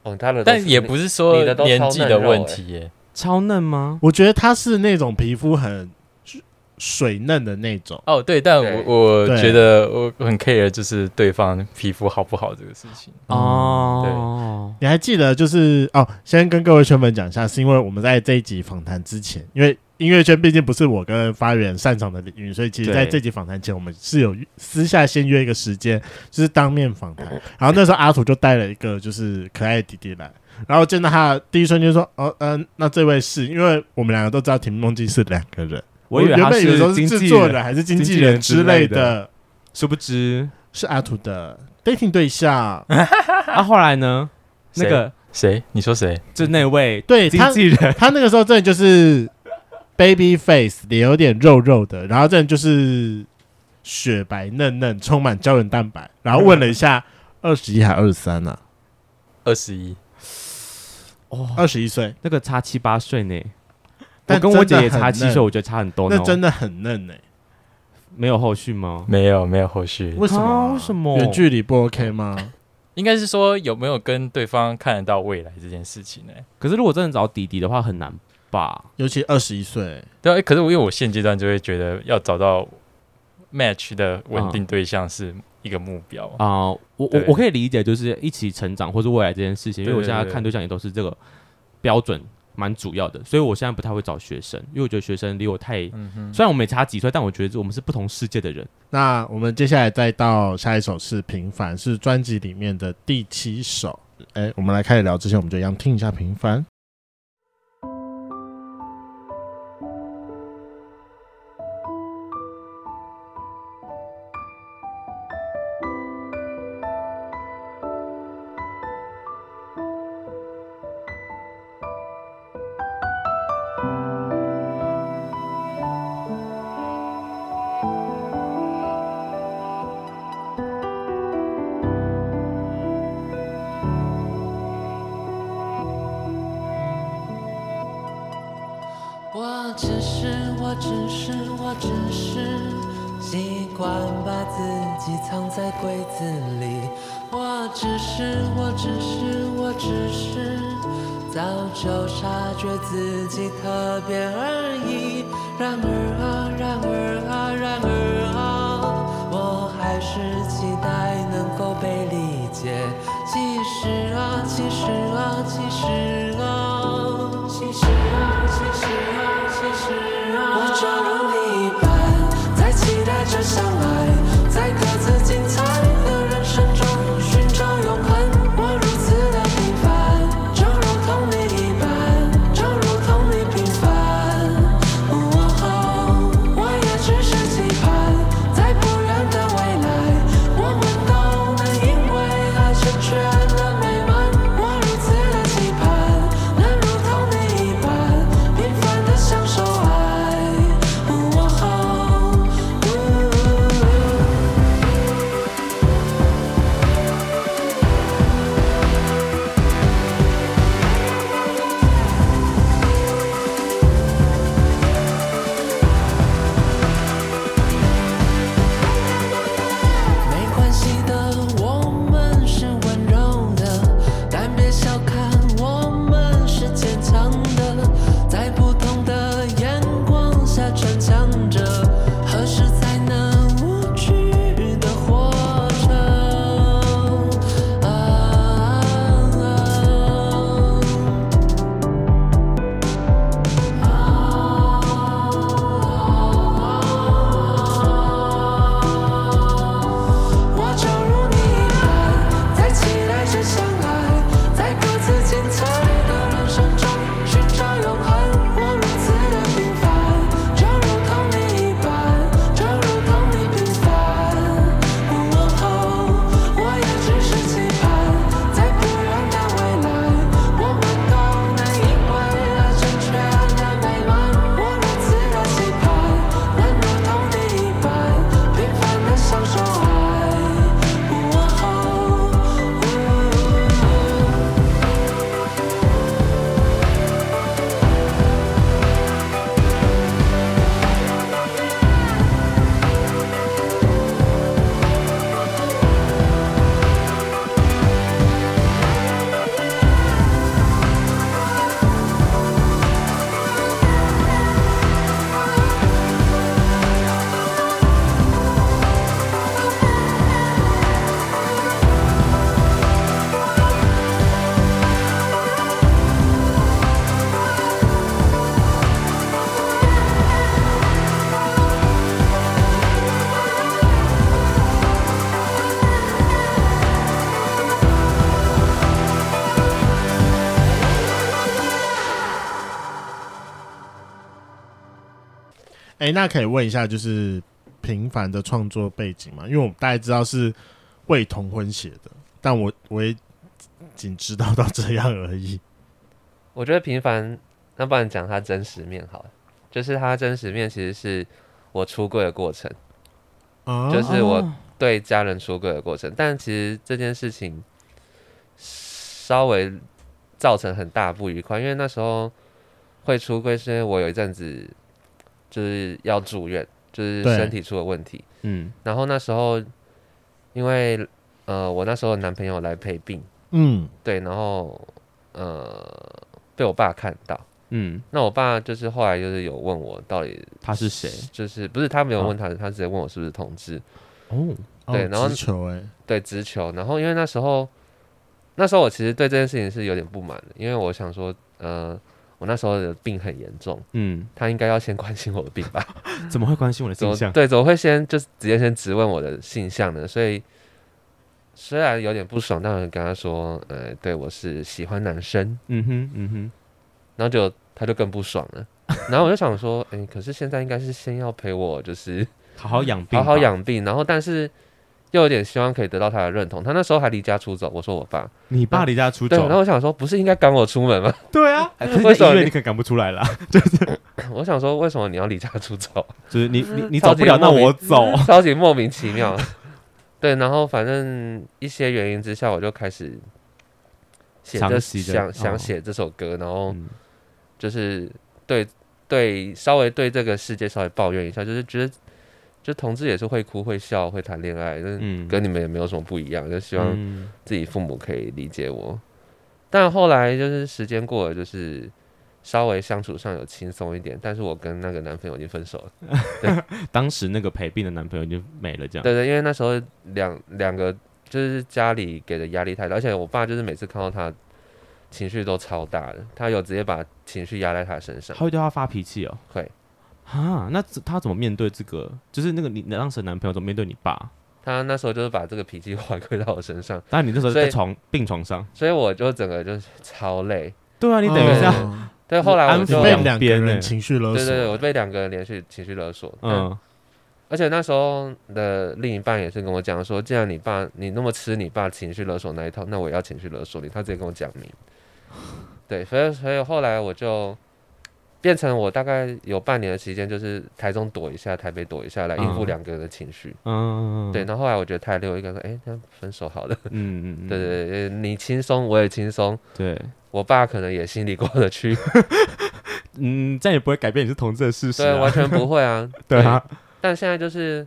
哦，他的都但也不是说你的都超年纪嫩的肉问欸题耶，超嫩吗？我觉得他是那种皮肤很水水嫩的那种。哦，对，但对我我对觉得我很 care 就是对方皮肤好不好这个事情。哦，你还记得就是哦，先跟各位圈粉讲一下，是因为我们在这一集访谈之前，因为音乐圈毕竟不是我跟发源擅长的领域，所以其实对在这集访谈前，我们是有私下先约一个时间，就是当面访 谈。然后那时候阿土就带了一个就是可爱的弟弟来，然后见到他的第一瞬间说：“哦，嗯、那这位是因为我们两个都知道田梦静是两个人，我以为原他本以为说是经制纪作人，还是经纪人之类经纪人之类的，殊不 知是阿土的 dating 对象。”啊，后来呢，谁那个谁？你说谁？就那位对经他纪人，他那个时候真的就是 baby face，脸有点肉肉的，然后真的就是雪白嫩嫩，充满胶原蛋白。然后问了一下，二十一还二十三啊呢？二十一。二十一岁，那个差七八岁呢。我呃但跟我真的姐也很差七嫩岁，我觉得差很多呢。那真的很嫩欸呢、没有后续吗？没有没有后续，为什么、啊为什么远距离不 OK 吗？应该是说有没有跟对方看得到未来这件事情呢、可是如果真的找弟弟的话，很难吧？尤其二十一岁，对啊、可是我因为我现阶段就会觉得要找到 match 的稳嗯定对象是一个目标。啊、我我对我可以理解，就是一起成长或是未来这件事情，因为我对对现在对看对象也都是这个标准蛮主要的，所以我现在不太会找学生，因为我觉得学生离我太，嗯哼，虽然我们也差几岁，但我觉得我们是不同世界的人。那我们接下来再到下一首是《平凡》，是专辑里面的第七首。哎，我们来开始聊之前，我们就一样听一下《平凡》。我只是，我只是，我只是习惯把自己藏在柜子里。我只是，我只是，我只是早就察觉自己特别而已。然而啊，然而啊，然而啊，我还是期待能够被理解。其实啊，其实啊，其实啊，其实啊，其实啊，其实啊，我找到另一半，在期待着相爱，在各自精彩的人生中寻找永恒。我如此的平凡，就如同你一般，就如同你平凡。哦，我也只是期盼，在不远的未来，我们都能因为爱成全了美满。我如此的期盼，能如同你一般，平凡的享受爱。哦。嗯没关系的，我们是温柔的，但别小看我们是坚强的，在不同的眼光下逞强着，何时才能无惧的活着？啊。我就如你一般，在期待着相爱，在各自精彩的人生中寻找永恒。我如此的平凡，就如同你一般，就如同你平凡。我也只是期盼，在不远的未来，我们都能因为爱成全了美满。我如此的期盼，能如同你一般，平凡的享受爱。哎，那可以问一下，就是《平凡》的创作背景吗？因为我们大概知道是为同婚写的，但我我也仅知道到这样而已。我觉得平凡，那不然讲他真实面好了，就是他真实面其实是我出柜的过程，啊就是我哦对家人出柜的过程，但其实这件事情稍微造成很大不愉快，因为那时候会出柜是因为我有一阵子就是要住院，就是对身体出了问题，嗯，然后那时候因为呃我那时候的男朋友来陪病，嗯，对，然后呃被我爸看到，嗯，那我爸就是后来就是有问我到底他是谁？就是不是他没有问他，他直接问我是不是同志，哦，对哦然后直球哎，对直球。然后因为那时候，那时候我其实对这件事情是有点不满的，因为我想说，呃，我那时候的病很严重，嗯，他应该要先关心我的病吧？怎么会关心我的 怎性么向？对，怎么会先就是直接先质问我的性向呢？所以虽然有点不爽，但我就跟他说，呃，对我是喜欢男生，嗯哼，嗯哼，然后就他就更不爽了。然后我就想说，哎、可是现在应该是先要陪我，就是好好养病，好好，养病，然后但是又有点希望可以得到他的认同。他那时候还离家出走，我说我爸，你爸离家出对，然后走，我想说，不是应该赶我出门吗？ 对啊，可是为什在么医院你你可能赶不出来 啦，我想说，为什么你要离家出走？就是你 你你超走级不了，那莫名我走， 超级莫名其妙。对，然后反正一些原因之下，我就开始写尝这试着想哦想写这首歌，然后嗯就是对对稍微对这个世界稍微抱怨一下，就是觉得就同志也是会哭会笑会谈恋爱，嗯，嗯，跟你们也没有什么不一样，就希望嗯自己父母可以理解我。但后来就是时间过了，就是稍微相处上有轻松一点，但是我跟那个男朋友已经分手了。当时那个陪病的男朋友就没了，这样，对对，因为那时候两两个就是家里给的压力太大，而且我爸就是每次看到他情绪都超大的，他有直接把情绪压在他身上他。会对他发脾气哦，会，啊，那这他怎么面对这个？就是那个你你当时的男朋友怎么面对你爸？他那时候就是把这个脾气回馈到我身上，当然你那时候所以在床病床上，所以我就整个就是超累。对啊，你等于是要嗯对，后来我就就安抚哦被两两个边欸人情绪勒对对索，对，我被两个人连续情绪勒索。嗯，嗯而且那时候的另一半也是跟我讲说，既然你爸你那么吃你爸情绪勒索那一套，那我也要情绪勒索你。他直接跟我讲 明。对，所以所以后来我就变成我大概有半年的时间，就是台中躲一下，台北躲一下，来应付嗯两个人的情绪。嗯，对，，然后后来我觉得太累，我就跟他说，哎、那分手好了。嗯嗯，嗯对对对，你轻松，我也轻松，对，我爸可能也心里过得去，嗯，这样也不会改变 你是同志的事实对，啊完，全不会啊。对啊，但现在就是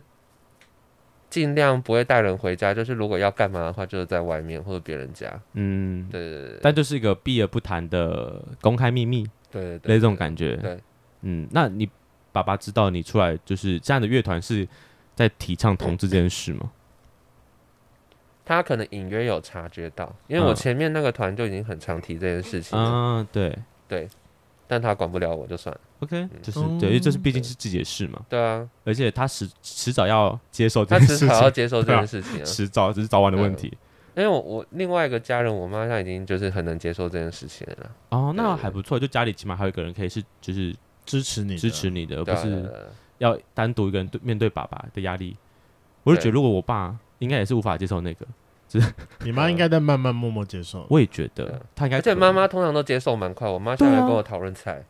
尽量不会带人回家，就是如果要干嘛的话，就是在外面或者别人家。嗯，对对对但就是一个避而不谈的公开秘密对对的对，这种感觉。对，嗯，那你爸爸知道你出来就是这样的乐团是在提倡同志这件事吗？他可能隐约有察觉到，因为我嗯前面那个团就已经很常提这件事情了，啊，对但他管不了我就算了。 ，OK，就是嗯对，因为这是毕竟是自己的事嘛，对啊，而且他迟迟早要接受这他件迟事早要情，接受这件 事情啊。迟早只是早晚的问题。因为我我另外一个家人，我妈她已经就是很能接受这件事情了啦。哦，那对对还不错，就家里起码还有一个人可以是就是支持你的支持你的，而对不啊，对啊是对啊要单独一个人对面对爸爸的压力。我就觉得，对如果我爸应该也是无法接受那个，你妈应该在慢慢默默接受。我也觉对得啊他应该而可以。且妈妈通常都接受蛮快，我妈下啊来跟我讨论菜，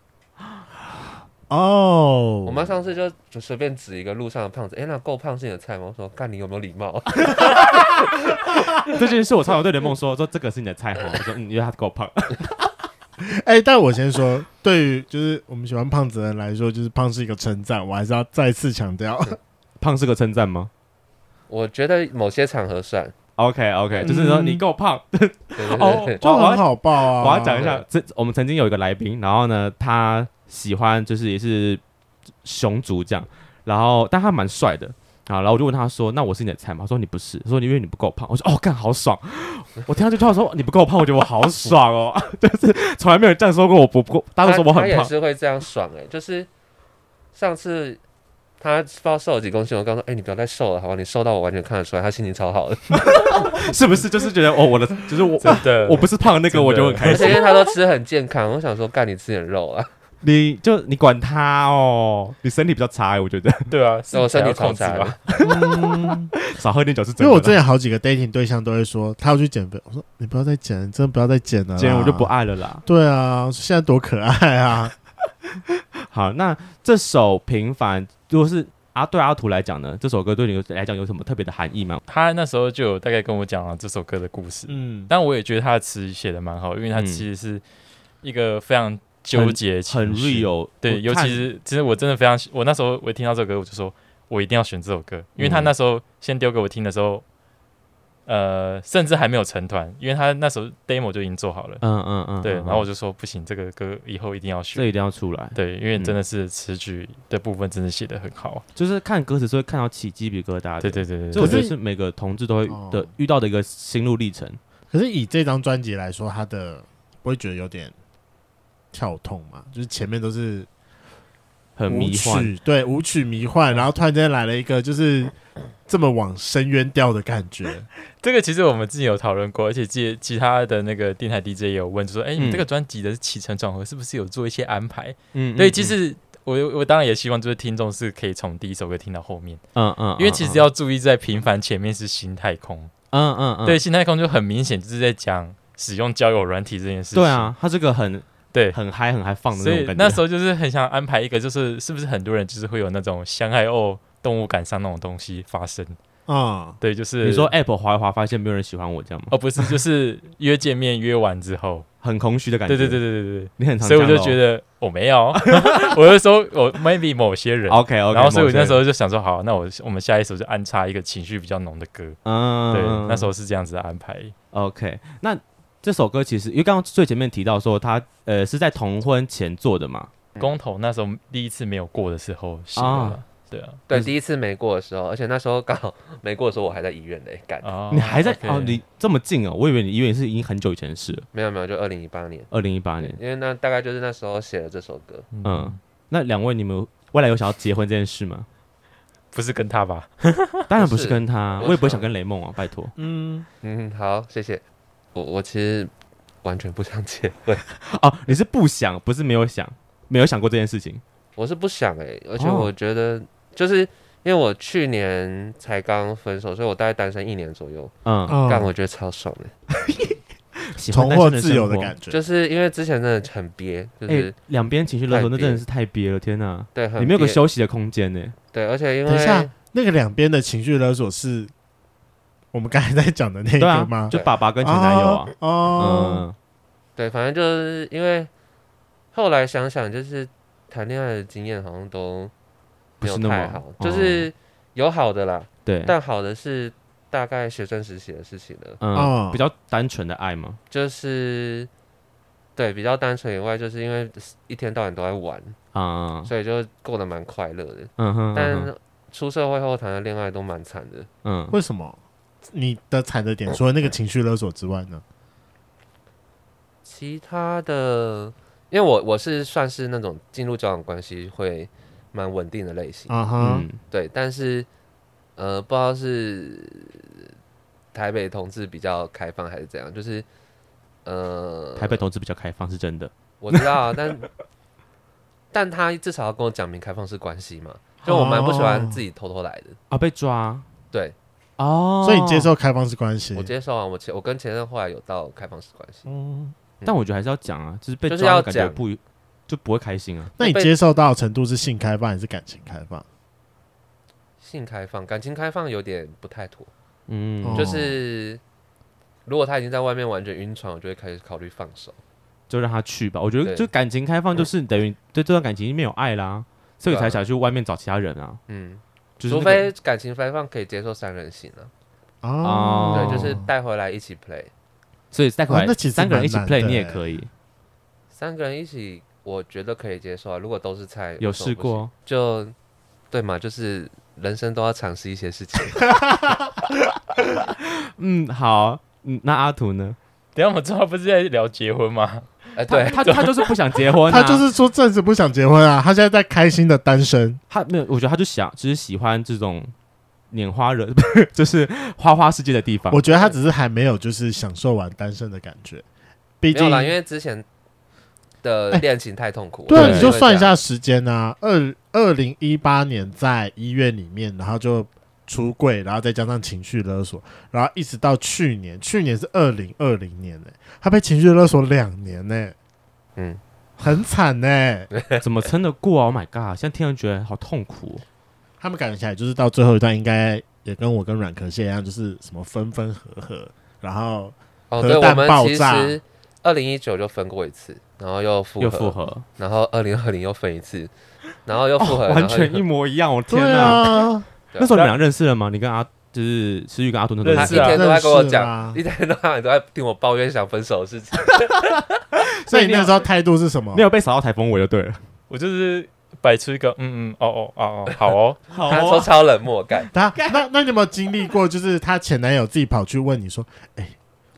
哦，我妈上次就就随便指一个路上的胖子，哎、那够胖是你的菜吗？我说干你有没有礼貌？这件事，我常常对雷梦说：“说这个是你的菜 哈。”我说：“嗯，因为他够胖。哎、但我先说，对于就是我们喜欢胖子的人来说，就是胖是一个称赞，我还是要再次强调，胖是个称赞吗我觉得某些场合算， ？”OK OK，就是说嗯你够胖。对对对哦 对就很好报啊。我要讲一哦下，这我们曾经有一个来宾，然后呢，他喜欢就是也是熊族这样，然后但他蛮帅的啊，然后我就问他说：“那我是你的菜吗？”他说：“你不是。”他说：“因为你不够胖。”我说：“哦，干好爽！”我听到这句话说：“你不够胖，我觉得我好爽哦， 就是从来没有人这样说过我不够，大家他都说我他很也胖。是会这样爽哎、就是上次他不知道瘦了几公斤，我刚说，哎、你不要再瘦了，好吧？你瘦到我完全看得出来，他心情 超好的，是不是？就是觉得哦，我的就是我我真的，我不是胖的那个，真的我就很开而且心。因为他都吃很健康，我想说，干你吃点肉 啊，你就你管他哦，你身体比较差、我觉 得对啊，是哦我身想体要超控制差吧的，，嗯少喝点酒是因真为的啦。我之前好几个 dating 对象都会说他要去减肥，我说你不要再减了，真的不要再减了啦，今天我就不爱了啦。对啊，现在多可爱啊！好，那这首《平凡》如果是阿对阿图来讲呢，这首歌对你来讲有什么特别的含义吗？他那时候就有大概跟我讲了这首歌的故事，嗯，但我也觉得他的词写的蛮好，因为他嗯其实是一个非常纠结的情很绪 real，对，我尤看其是其实我真的非常喜，我那时候我一听到这首歌，我就说我一定要选这首歌，因为他嗯那时候先丢给我听的时候，呃，甚至还没有成团，因为他那时候 demo 就已经做好了，嗯嗯嗯，对，嗯然后我就说不行，这个歌以后一定要这选，一定要出来，对，因为嗯真的是词曲的部分真的写的很好，就是看歌词是会看到起鸡皮疙瘩的。对对所对以对我对，觉得是每个同志都会哦的遇到的一个心路历程。可是以这张专辑来说，他的不会觉得有点跳痛嘛，就是前面都是很舞迷幻。曲，对舞曲迷幻，然后突然间来了一个就是这么往深渊掉的感觉，这个其实我们之前有讨论过，而且其其他的那个电台 DJ 也有问，就说：“哎、你嗯们这个专辑的起承转合是不是有做一些安排？”嗯对，其实我我当然也希望就是听众是可以从第一首歌听到后面，嗯嗯，因为其实要注意在平凡前面是新太空，嗯嗯嗯，对，新太空就很明显就是在讲使用交友软体这件事情。对，啊，它这个很对。很嗨很嗨放的所那以种感觉。那时候就是很想安排一个，就是是不是很多人就是会有那种相爱哦动物感伤那种东西发生？啊、对，就是你说 App 滑一滑，发现没有人喜欢我，这样吗？哦，不是，就是约见面约完之后，很空虚的感觉。对对对，对对对，你很常这所以样我哦，就觉得我没有， 我就说我 maybe 某些人 OK 哦 OK。然后所以我那时候，候就想说，好，那我我们下一首就安插一个情绪比较浓的歌，嗯，对嗯，那时候是这样子的安排， OK，那这首歌其实因为刚刚最前面提到说它呃是在同婚前做的嘛，公投那时候第一次没有过的时候写嗯的啊嘛，对啊，对，第一次没过的时候，而且那时候刚好没过的时候，我还在医院嘞，欸干，哦你还在 OK 哦你这么近哦，我以为你以为是已经很久以前的事了，没有没有，就二零一八年，二零一八嗯年。因为那大概就是那时候写了这首歌，嗯，那两位你们未来有想要结婚这件事 吗？不是跟他吧？当然不不是是跟他，我我也不会想想跟雷梦啊，拜托。嗯，嗯，好，谢谢，我我其实完全不想结婚，哦，你是不想，不是没有想，没有想过这件事情。我是不想哎、而且哦我觉得就是因为我去年才刚分手，所以我大概单身一年左右，嗯，嗯但我觉得超爽的、喜欢重单获身自由的生活感觉，就是因为之前真的很憋，就是、哎，两边情绪勒索，太那真的憋是太憋了，天哪！对，很你没有个憋休息的空间呢。对，而且因等一为下那个两边的情绪勒索是我们刚才在讲的那对个啊吗？，就爸爸跟前男友啊。哦哦，嗯，对，反正就是因为后来想想，就是谈恋爱的经验好像都不没是有那么嗯太好，就是有好的啦，哦对，但好的是大概学生时期的事情了，嗯哦，比较单纯的爱嘛。就是对比较单纯以外，就是因为一天到晚都在玩，啊，所以就过得蛮快乐的。嗯哼，嗯哼但出社会后谈的恋爱都蛮惨的，嗯，为什么？你的惨的点，除了那个情绪勒索之外呢？其他的，因为我我是算是那种进入交往关系会蛮稳定的类型。啊哈，嗯，对，但是呃，不知道是台北同志比较开放还是怎样，就是呃，台北投资比较开放是真的。我知道啊，但但他至少要跟我讲明开放式关系嘛，就我蛮不喜哦欢自己偷偷来的。啊，被抓对哦，所以你接，受开放式关系我，接受啊，我前我跟前任后来有到开放式关系，嗯，但我觉得还是要讲啊，就是被就是抓的要感觉讲不就不会开心啊。那你被接受到的程度是性开放还是感情开放？性开放，感情开放有点不太妥，嗯，哦就是。如果他已经在外面完全晕船，我就会开始考虑放手。就让他去吧。我觉得对就感情开放，就是等于对这段感情已经没有爱啦，所以对啊才想去外面找其他人啊。嗯，就是那除个非感情开放可以接受三人行啊，哦，对，就是带回来一起 play。所以再过啊来那其实三个人一起蛮难 play 的你也欸可以，三个人一起，我觉得可以接受啊。如果都是菜，有为什么试不行过就对嘛，就是人生都要尝试一些事情。 嗯，好，嗯，那阿图呢？等一下我们之后不是在聊结婚 吗？哎，他对，他他就是不想结婚啊，他就是说暂时不想结婚啊，他现在在开心的单身。他没有，我觉得他就想，只是喜欢这种拈花惹，不 是就是花花世界的地方。我觉得他只是还没有就是享受完单身的感觉，毕没有竟啦，因为之前的哎恋情太痛苦。对啊，对你就算一下时间啊，二二零一八年在医院里面，然后就出柜，然后再加上情绪勒索，然后一直到去年，去年是二零二零年呢、他被情绪勒索两年呢、嗯，很惨欸呢、 怎么撑得过啊？Oh my god！现在听了觉得好痛苦哦、他们感觉起来就是到最后一段，应该也跟我跟阮壳蟹一样，就是什么分分合合，然后核哦，对，我弹们爆其炸实二零一九就分过一次，然后又复又合，复合，哦然后二零二零又分一次，然后又复合，完全一模。模一样。我天对哪！啊，那时候你们俩认识了吗？你跟阿就是思玉跟阿图那认他识一啊天都在跟我认识啊讲，一天到晚都在听我抱怨想分手的事情。所以你那时候态度是什么没？有被扫到台风尾就对了。我就是摆出一个嗯嗯哦哦哦哦好哦， 好他说超冷漠，感他那那你有没有经历过，就是她前男友自己跑去问你说：“哎、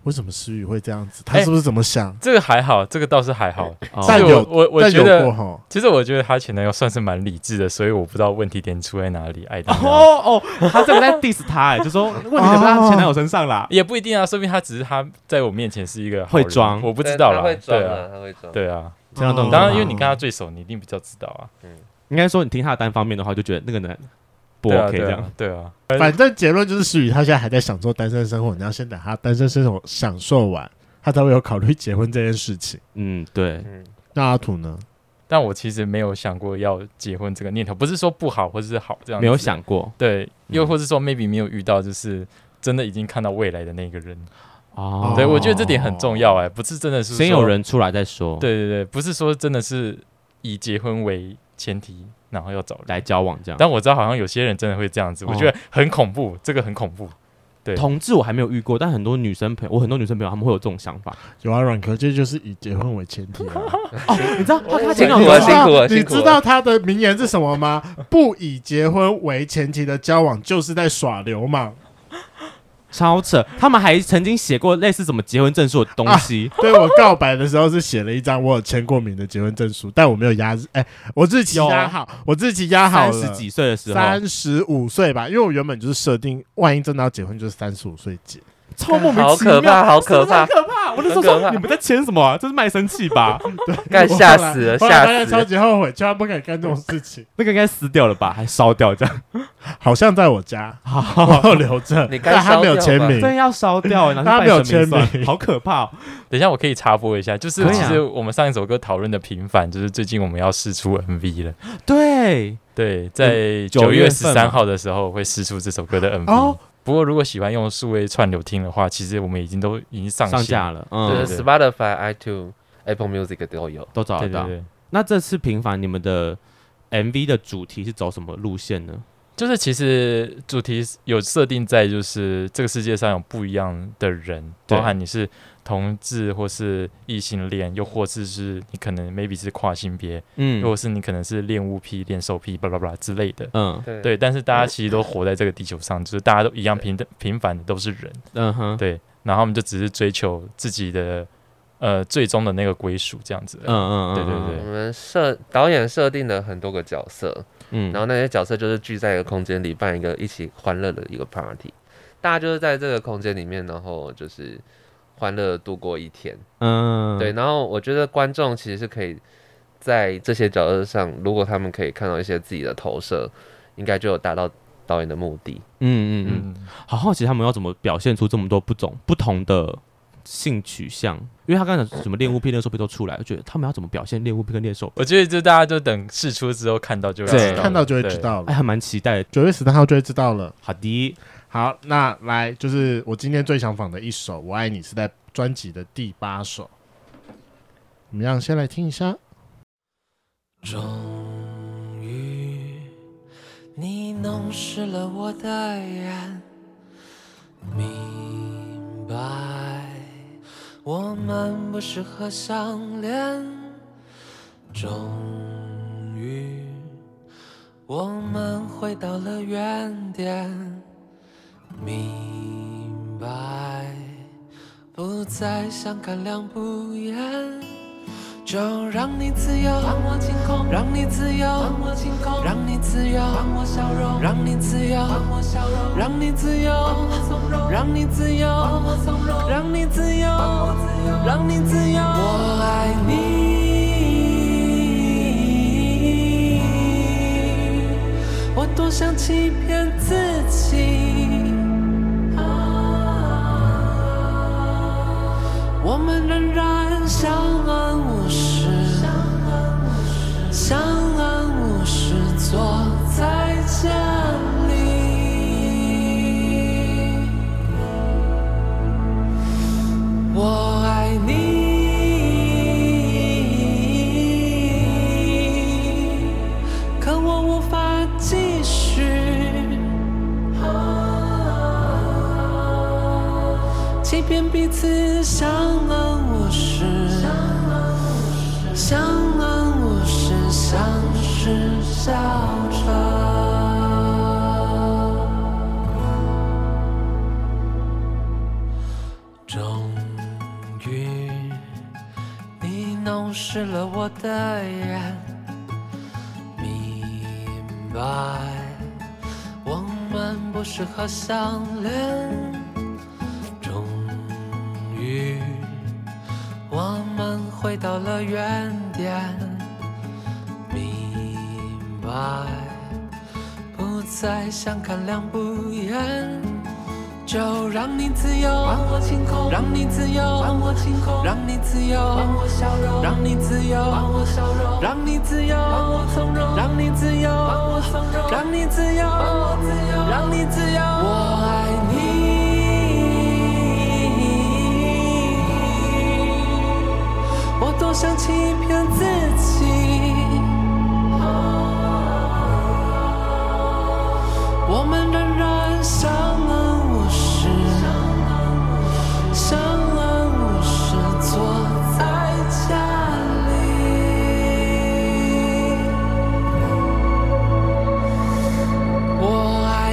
为什么诗雨会这样子？他哎是不是怎么想？这个还好，这个倒是 还好。哦但是有我我我但觉有得过吼，其实我觉得她前男友算是蛮理智的，所以我不知道问题点出在哪里。爱 的、哦哦，他这个在 diss 他、哎，就说问题怎么啊在他前男友身上啦？也不一定啊，说不定她只是她在我面前是一个好会 人装我不对知道他啦。会装对啊啊，，他会装。对啊。这样懂当然，因哦为你跟她最熟，你一定比较知道啊。应该说你听他的单方面的话，就觉得那个男不对啊 OK 对啊这样。对啊。反正结论就是，诗雨她现在还在享受单身生活，你要先等她单身生活享受完，她才会有考虑结婚这件事情。嗯，对，嗯，那阿土呢？但我其实没有想过要结婚这个念头，不是说不好或者是好这样，没有，想过对，又嗯或是说 maybe 没有遇到，就是真的已经看到未来的那个人。哦对，我觉得这点很重要哎、不是真的是先说有，人出来再说，，对对对，不是说真的是以结婚为前提，然后要找人。来交往这样。但我知道好像有些人真的会这样子，我哦觉得很恐怖，这个很恐怖。对同志我还没有遇过，但很多女生朋友，我很多女生朋友她们会有这种想法。哦有啊，软壳这就是以结婚为前 提、啊。你知道她她前辛男苦友了，说辛苦了，你辛苦知了。道他的名言是什么吗？不以结婚为前提的交往就是在耍流氓。超扯，他们还曾经写过类似什么结婚证书的东西， 对我告白的时候是写了一张我有签过名的结婚证书，但我没有压，哎、我自己有啊啊压好，我自己压好三了。十几岁的时候，三十五岁吧，因为我原本就是设定，万一真的要结婚，就是三十五岁结。超莫名好其妙可，怕，好可怕是！不是很可怕！我那时候很可说怕你们在签什么啊？这是卖身契吧？干我吓后来死了，后来吓大家死超了！级后悔，千万不可以干这种事情。那个应该撕掉了吧，还烧掉这样？好像在我家，好，我有留着，你该但他没有烧签掉吧真名。要烧掉 欸，拿去他没有拜神明签名算好可怕哦！ 等一下我可以插播一下，就是可以其啊实我们上一首歌讨论的《平凡》，就是最近我们要试出 MV 了。对，对，在哎九九月月份十嘛三号的时候会试出这首歌的 MV。哦不过如果喜欢用数位串流听的话，其实我们已经都已经上上线架了，就嗯，是对 Spotify、iTunes、Apple Music 都有。都找对得对啊到。对，那这次平凡你们的 MV 的主题是走什么路线呢？就是其实主题有设定在，就是这个世界上有不一样的人，对包含你是同志或是异性恋，又或是是你可能 maybe 是跨性别，嗯又或是你可能是恋物癖、恋兽癖，巴拉巴拉之类的。嗯对对，但是大家其实都活在这个地球上，就是大家都一样平等平凡的都是人。嗯哼，对，然后他们就只是追求自己的呃最终的那个归属这样子。嗯嗯嗯，对对嗯对我们设导演设定了很多个角色，嗯，然后那些角色就是聚在一个空间里办一个一起欢乐的一个 party，大家就是在这个空间里面，然后就是欢乐地度过一天。嗯对，，然后我觉得观众其实是可以在这些角色上，如果他们可以看到一些自己的投射，应该就有达到导演的目的。嗯嗯嗯，嗯，好好奇他们要怎么表现出这么多不同不同的性取向，因为他刚才讲什么恋物癖、恋兽癖都出来，我觉得他们要怎么表现恋物癖跟恋兽癖，我觉得就大家就等试出之后看到就会对知道了看到就会对知道了哎，。还蛮期待的。九月十三号就会知道了。好的，好，那来就是我今天最想仿的一首《我爱你》是在专辑的第八首。我们让先来听一下。终于，你弄湿了我的眼，明白我们不适合相恋。终于，我们回到了原点，明白不再相看两不厌。就让你自由，让我晴空，让你自由，让我晴空，让你自由，让我笑容，让你自由，让我笑容，让你自由，让我从容，让你自由，让我从容，让你自由，让你自由，我爱你，我多想欺骗自己。啊，我们仍然相安无事，相安无事，坐在这里。我爱你，可我无法继续。啊，即便彼此相安无事，相安无事，相视笑着。终失了我的人，明白我们不适合相恋。终于，我们回到了原点，明白不再相看两不厌。就让你自由，让我晴空；啊让你自由，让我晴空；让你自由，让我笑容；让你自由，让我笑容；让你自由，让我从容；让你自由，让我从容；让你自由，让我自由；让你自由，我爱你。我多想欺骗自己。我们仍然相安无事，相安无事，坐在家里。我爱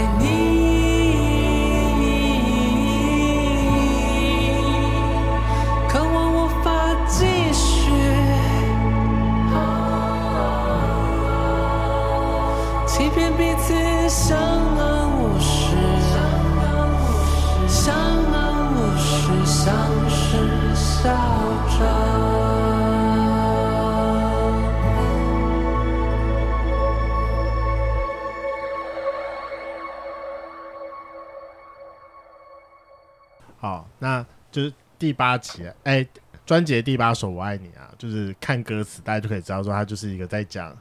你，渴望无法继续。欺骗彼此相安无事，相安无事，相视笑着。好，那就是第八集，哎、专辑的第八首《我爱你》啊，就是看歌词大家就可以知道说，它就是一个在讲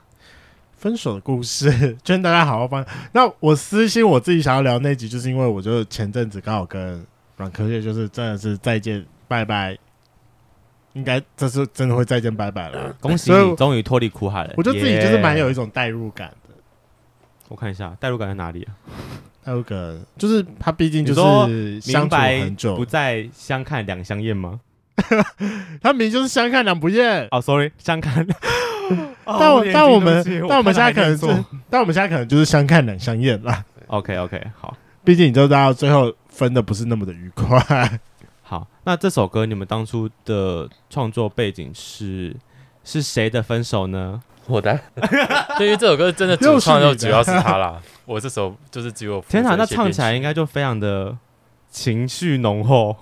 分手的故事， 劝大家好好帮。那我私心我自己想要聊那集，就是因为我就前阵子刚好跟阮科学就是真的是再见拜拜，应该这是真的会再见拜拜了。哎恭喜所以你，终于脱离苦海了。我觉得自己就是蛮有 Yeah 一种代入感的，我看一下代入感在哪里啊？代入感就是他毕竟就你说是相明处白很久不，再相看两相厌吗？他明明就是相看两不厌。哦，sorry，相看。哦但我眼睛但我对不们起但我们现看到在还可能念错是，但我们现在可能就是相看两相厌啦。 OK OK，好毕竟你就知道最后分的不是那么的愉快。好。那这首歌你们当初的创作背景是是谁的分手呢？我的 对于这首歌真的又主是创 你就的主要是他啦。我这首就是只有天哪，哪，那唱起来应该就非常的情绪浓厚。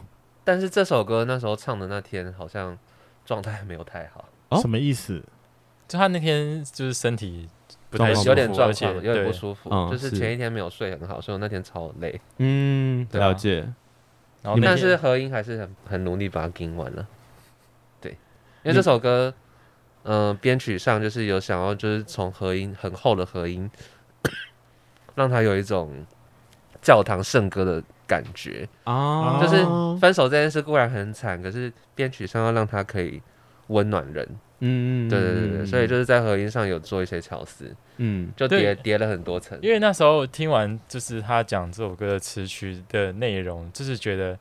但是这首歌那时候唱的那天好像状态没有太好，哦什么意思？就他那天就是身体不状太况舒服，有点状而且况，有点不对舒服，嗯就是是前一天没有睡很好，所以我那天超累。嗯，对啊了解。然后你们哦那但天是合音还是很很努力把它听完了。对，因你为这首歌，嗯、编曲上就是有想要就是从合音很厚的合音， 让它有一种教堂圣歌的感觉。啊，就是哦分手这件事固然很惨，可是编曲上要让它可以温暖人。嗯嗯，对对对对，所以就是在合音上有做一些巧思，嗯就对叠叠了很多层。因为那时候听完就是他讲这首歌的词曲的内容，就是觉得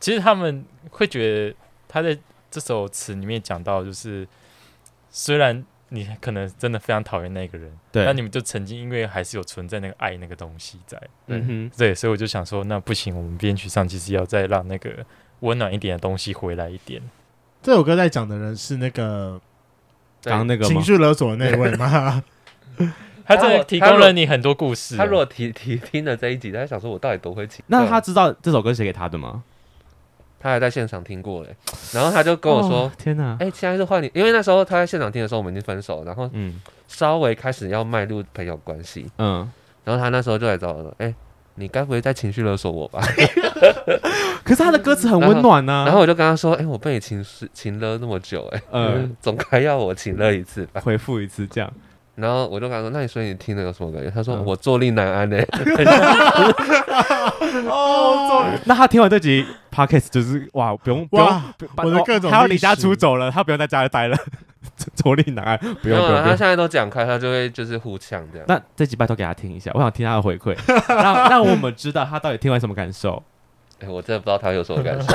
其实他们会觉得他在这首词里面讲到，就是虽然你可能真的非常讨厌那个人，对，但你们就曾经因为还是有存在那个爱那个东西在，嗯哼对，所以我就想说，那不行，我们编曲上其实要再让那个温暖一点的东西回来一点。这首歌在讲的人是那个对刚刚那个情吗？绪勒索的那位 吗？他他真如的提他供如了你很多故事。哦他如果提提听了这一集，他就想说我到底多会请？那对他知道这首歌写给他的吗？他还在现场听过嘞，然后他就跟我说哦：“天哪，哎、现在是换你，因为那时候他在现场听的时候我们已经分手了，然后嗯稍微开始要迈入朋友关系，嗯，然后他那时候就来找我说：‘哎、你该不会在情绪勒索我吧？’可是他的歌词很温暖啊呢。 然后我就跟他说：‘哎、我被你情绪情勒那么久、哎，嗯，总该要我情勒一次吧回复一次这样。？’然后我就跟他说：‘那你说你听了有什么感觉？’他说：‘嗯我坐立难安欸呢、哦那他听完这集 podcast 就是哇，不用不用哇，不用，我的各种他要历离家史出走了，他不用在家里待了， 坐立难安，不没用有不啊，用他不现用。在都讲开，他就会就是互呛这样。那这集拜托给他听一下，我想听他的回 馈，让让我们知道他到底听完什么感受。哎、我真的不知道他有什么感受。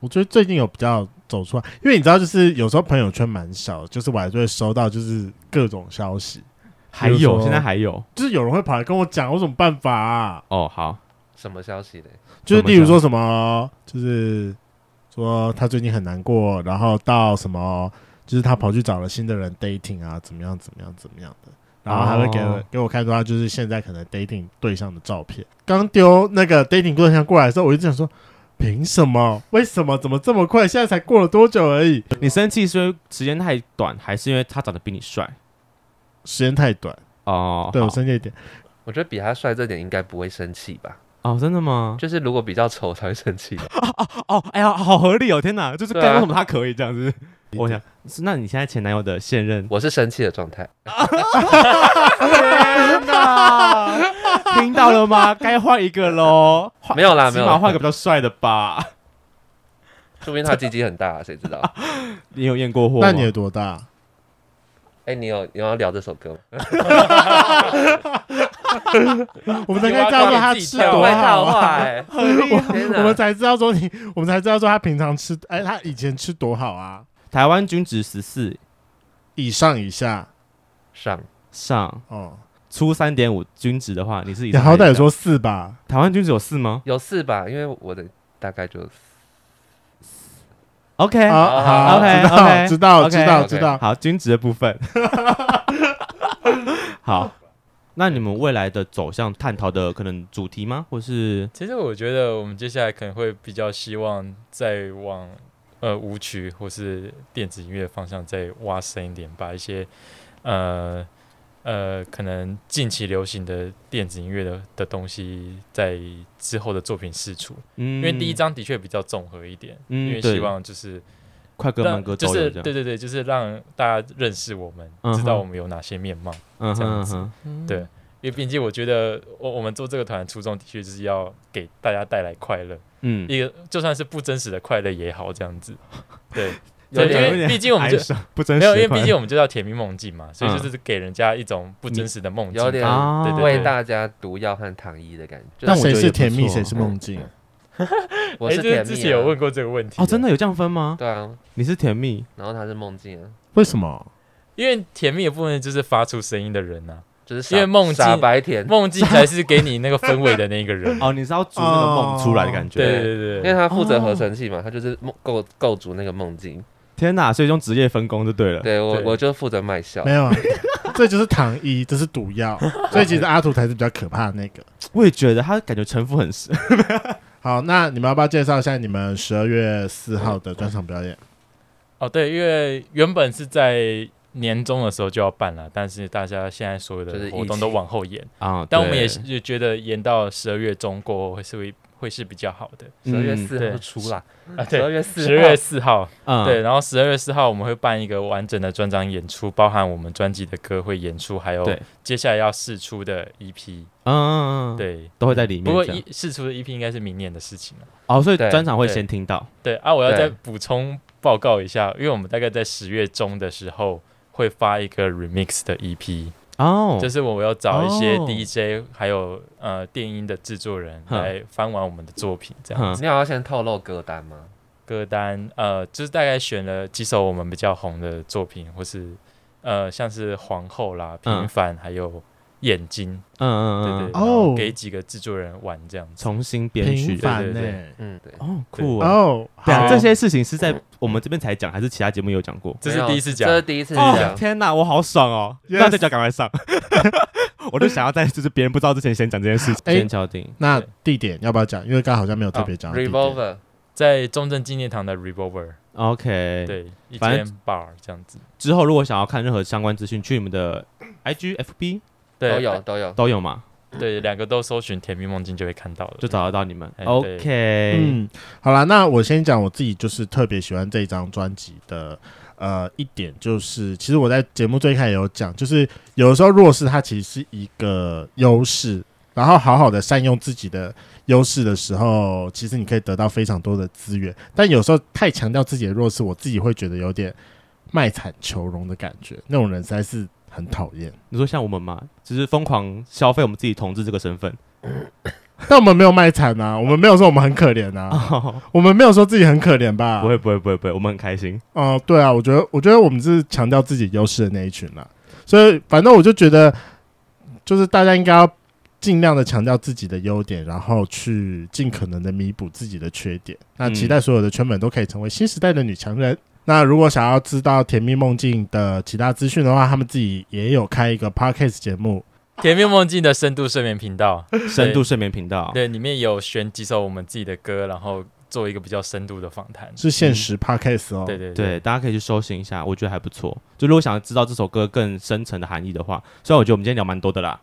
我觉得最近有比较走出来，因为你知道，就是有时候朋友圈蛮小，就是我还是会收到就是各种消息，还比如有，说现在还有就是有人会跑来跟我讲，我有什么办法啊？哦，好，什么消息嘞？就是例如说什么，就是说他最近很难过，然后到什么，就是他跑去找了新的人 dating 啊，怎么样怎么样怎么样的，然后还会给我、哦给我看出他就是现在可能 dating 对象的照片。刚丢那个 dating 对象过来的时候，我就想说，凭什么？为什么？怎么这么快？现在才过了多久而已？你生气是因为时间太短，还是因为他长得比你帅？时间太短，哦，对好我生气一点。我觉得比他帅这点应该不会生气吧？哦，真的吗？就是如果比较丑才会生气吧。哦，哎呀，好合理哦！天哪，就是对干啊为什么他可以这样子？我想，是那你现在前男友的现任我是生气的状态， 听到了吗？该换一个喽，换没有啦，啊起没码有啦，换个比较帅的吧。说不定他鸡鸡很大、啊谁知道？你有验过货吗？那你有多大？哎、你有你有要聊这首歌吗？我们才该知道说他吃很多会好套啊！话哎、天 我们哪！才知道说你，我们才知道说他平常吃，哎，他以前吃多好啊！台湾均值十四以上以下上上，哦，出三点五均值的话，你是以你上好歹还也是下说四吧？台湾均值有四吗有四吧，因为我的大概就？OK，啊，好 OK，OK，知道 OK，知道知道 OK 知道。好，均值的部分。 好，那你们未来的走向探讨的可能主题吗？或是其实我觉得我们接下来可能会比较希望再往呃舞曲或是电子音乐方向再挖深一点，把一些呃呃可能近期流行的电子音乐的的东西在之后的作品释出，嗯，因为第一张的确比较综合一点，嗯因为对希望就是快歌慢让歌都就有是这样对对对，就是让大家认识我们，嗯知道哼我们有哪些面貌。嗯这哼样嗯子哼，对，因为毕竟我觉得我我们做这个团的初衷的确就是要给大家带来快乐，嗯，一个就算是不真实的快乐也好，这样 子。对，有对，因点为毕竟我们就哀 伤不真没实 有，的快乐，因为毕竟我们就叫甜蜜梦境嘛，所以嗯就是给人家一种不真实的梦境。有点啊对对为对，大家毒药和糖衣的感觉。那就但我谁觉得是是也不甜蜜，错谁是梦境？我哎是就是甜之蜜、前啊有问过这个问题哦，真的有这样分吗？对啊，你是甜蜜。然后他是梦境啊，为什么？因为甜蜜的部分就是发出声音的人呐、就是傻因为梦境傻白甜，梦境才是给你那个氛围的那个人 哦，你是要煮那个梦出来的感觉。哦对对对因对为他负责合成器嘛，他就是梦构构筑那个梦境。天哪，所以用职业分工就对了。对我哦对嗯我就负责卖笑没，有啊， 这就是糖衣，这是毒药。所以其实阿土才是比较可怕的那个。我也觉得他感觉城府很 深。好，那你们要不要介绍一下你们十二月四号的专场表演？哦对，因为原本是在年终的时候就要办了，但是大家现在所有就是的疫活动都情往后延。啊，但我们对也是也觉得延到十二月中过后会是会会是比较好的十二月嗯四对号出啦，啊。十二对，月四号，十月四号，嗯对，然后十二月四号我们会办一个完整的专场演出，包含我们专辑的歌会演出，还有对接下来要试出的 EP，嗯嗯，嗯，对。都会在里面这不样。过一试出的 EP 应该是明年的事情了。哦，所以对专场会对先听到。对啊，我要再对补充报告一下，因为我们大概在十月中的时候会发一个 remix 的 EP，哦，就是我要找一些哦 DJ 还有呃电音的制作人哼来翻完我们的作品，这样嗯你好要先透露歌单吗？歌单，呃，就是大概选了几首我们比较红的作品，或是呃，像是《皇后》啦，《嗯平凡》还有《眼睛嗯》，对嗯对，嗯，然后哦给几个制作人玩这样子。重新编平曲。凡呢对对？嗯，对，哦，酷哦。哦，对啊，好这些事情是在我们这边才讲，还是其他节目有讲过？这没是有第一次讲这，是第一次哦，讲，天哪，我好爽哦！那这就赶快上， 我就想要在就是别人不知道之前先讲这件事情，哎先敲定。那地点要不要讲？因为刚刚好像没有特别讲到地点。 Revolver 在中正纪念堂的 Revolver， OK，，对，一反间正 bar 这样子。之后如果想要看任何相关资讯，去你们的 IG、FB 对，都有，都有，都有嘛，对，两个都搜寻“甜蜜梦境”就会看到了。就找得到你们。哎对 OK，嗯，好啦，那我先讲我自己，就是特别喜欢这张专辑的。呃，一点就是，其实我在节目最开始有讲，就是有的时候弱势它其实是一个优势，然后好好的善用自己的优势的时候，其实你可以得到非常多的资源。但有时候太强调自己的弱势，我自己会觉得有点卖惨求荣的感觉，那种人实在是很讨厌。你说像我们嘛，就是疯狂消费我们自己同志这个身份。但我们没有卖惨啊，我们没有说我们很可怜啊，哦，我们没有说自己很可怜吧？ 不会不会不会不会，我们很开心。哦、对啊，我觉得，我觉得我们是强调自己优势的那一群啦，所以反正我就觉得，就是大家应该要尽量的强调自己的优点，然后嗯去尽可能的弥补自己的缺点。那期待所有的圈粉都可以成为新时代的女强人。那如果想要知道《甜蜜梦境》的其他资讯的话，他们自己也有开一个 podcast 节目，甜蜜梦境的深度睡眠频道， 深度睡眠频道，对，里面有选几首我们自己的歌，然后做一个比较深度的访谈。是限时 podcast 哦。对对对，嗯对，大家可以去搜寻一下，我觉得还不错。就如果想知道这首歌更深层的含义的话，虽然我觉得我们今天聊蛮多的啦，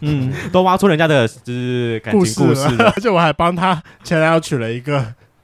嗯，都挖出人家的就是感情故故事了 了。而且我还帮他前男友取了一个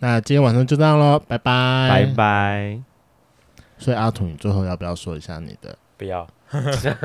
那今天晚上就这样喽，拜拜拜拜。所以阿土，你最后要不要说一下你的？不要。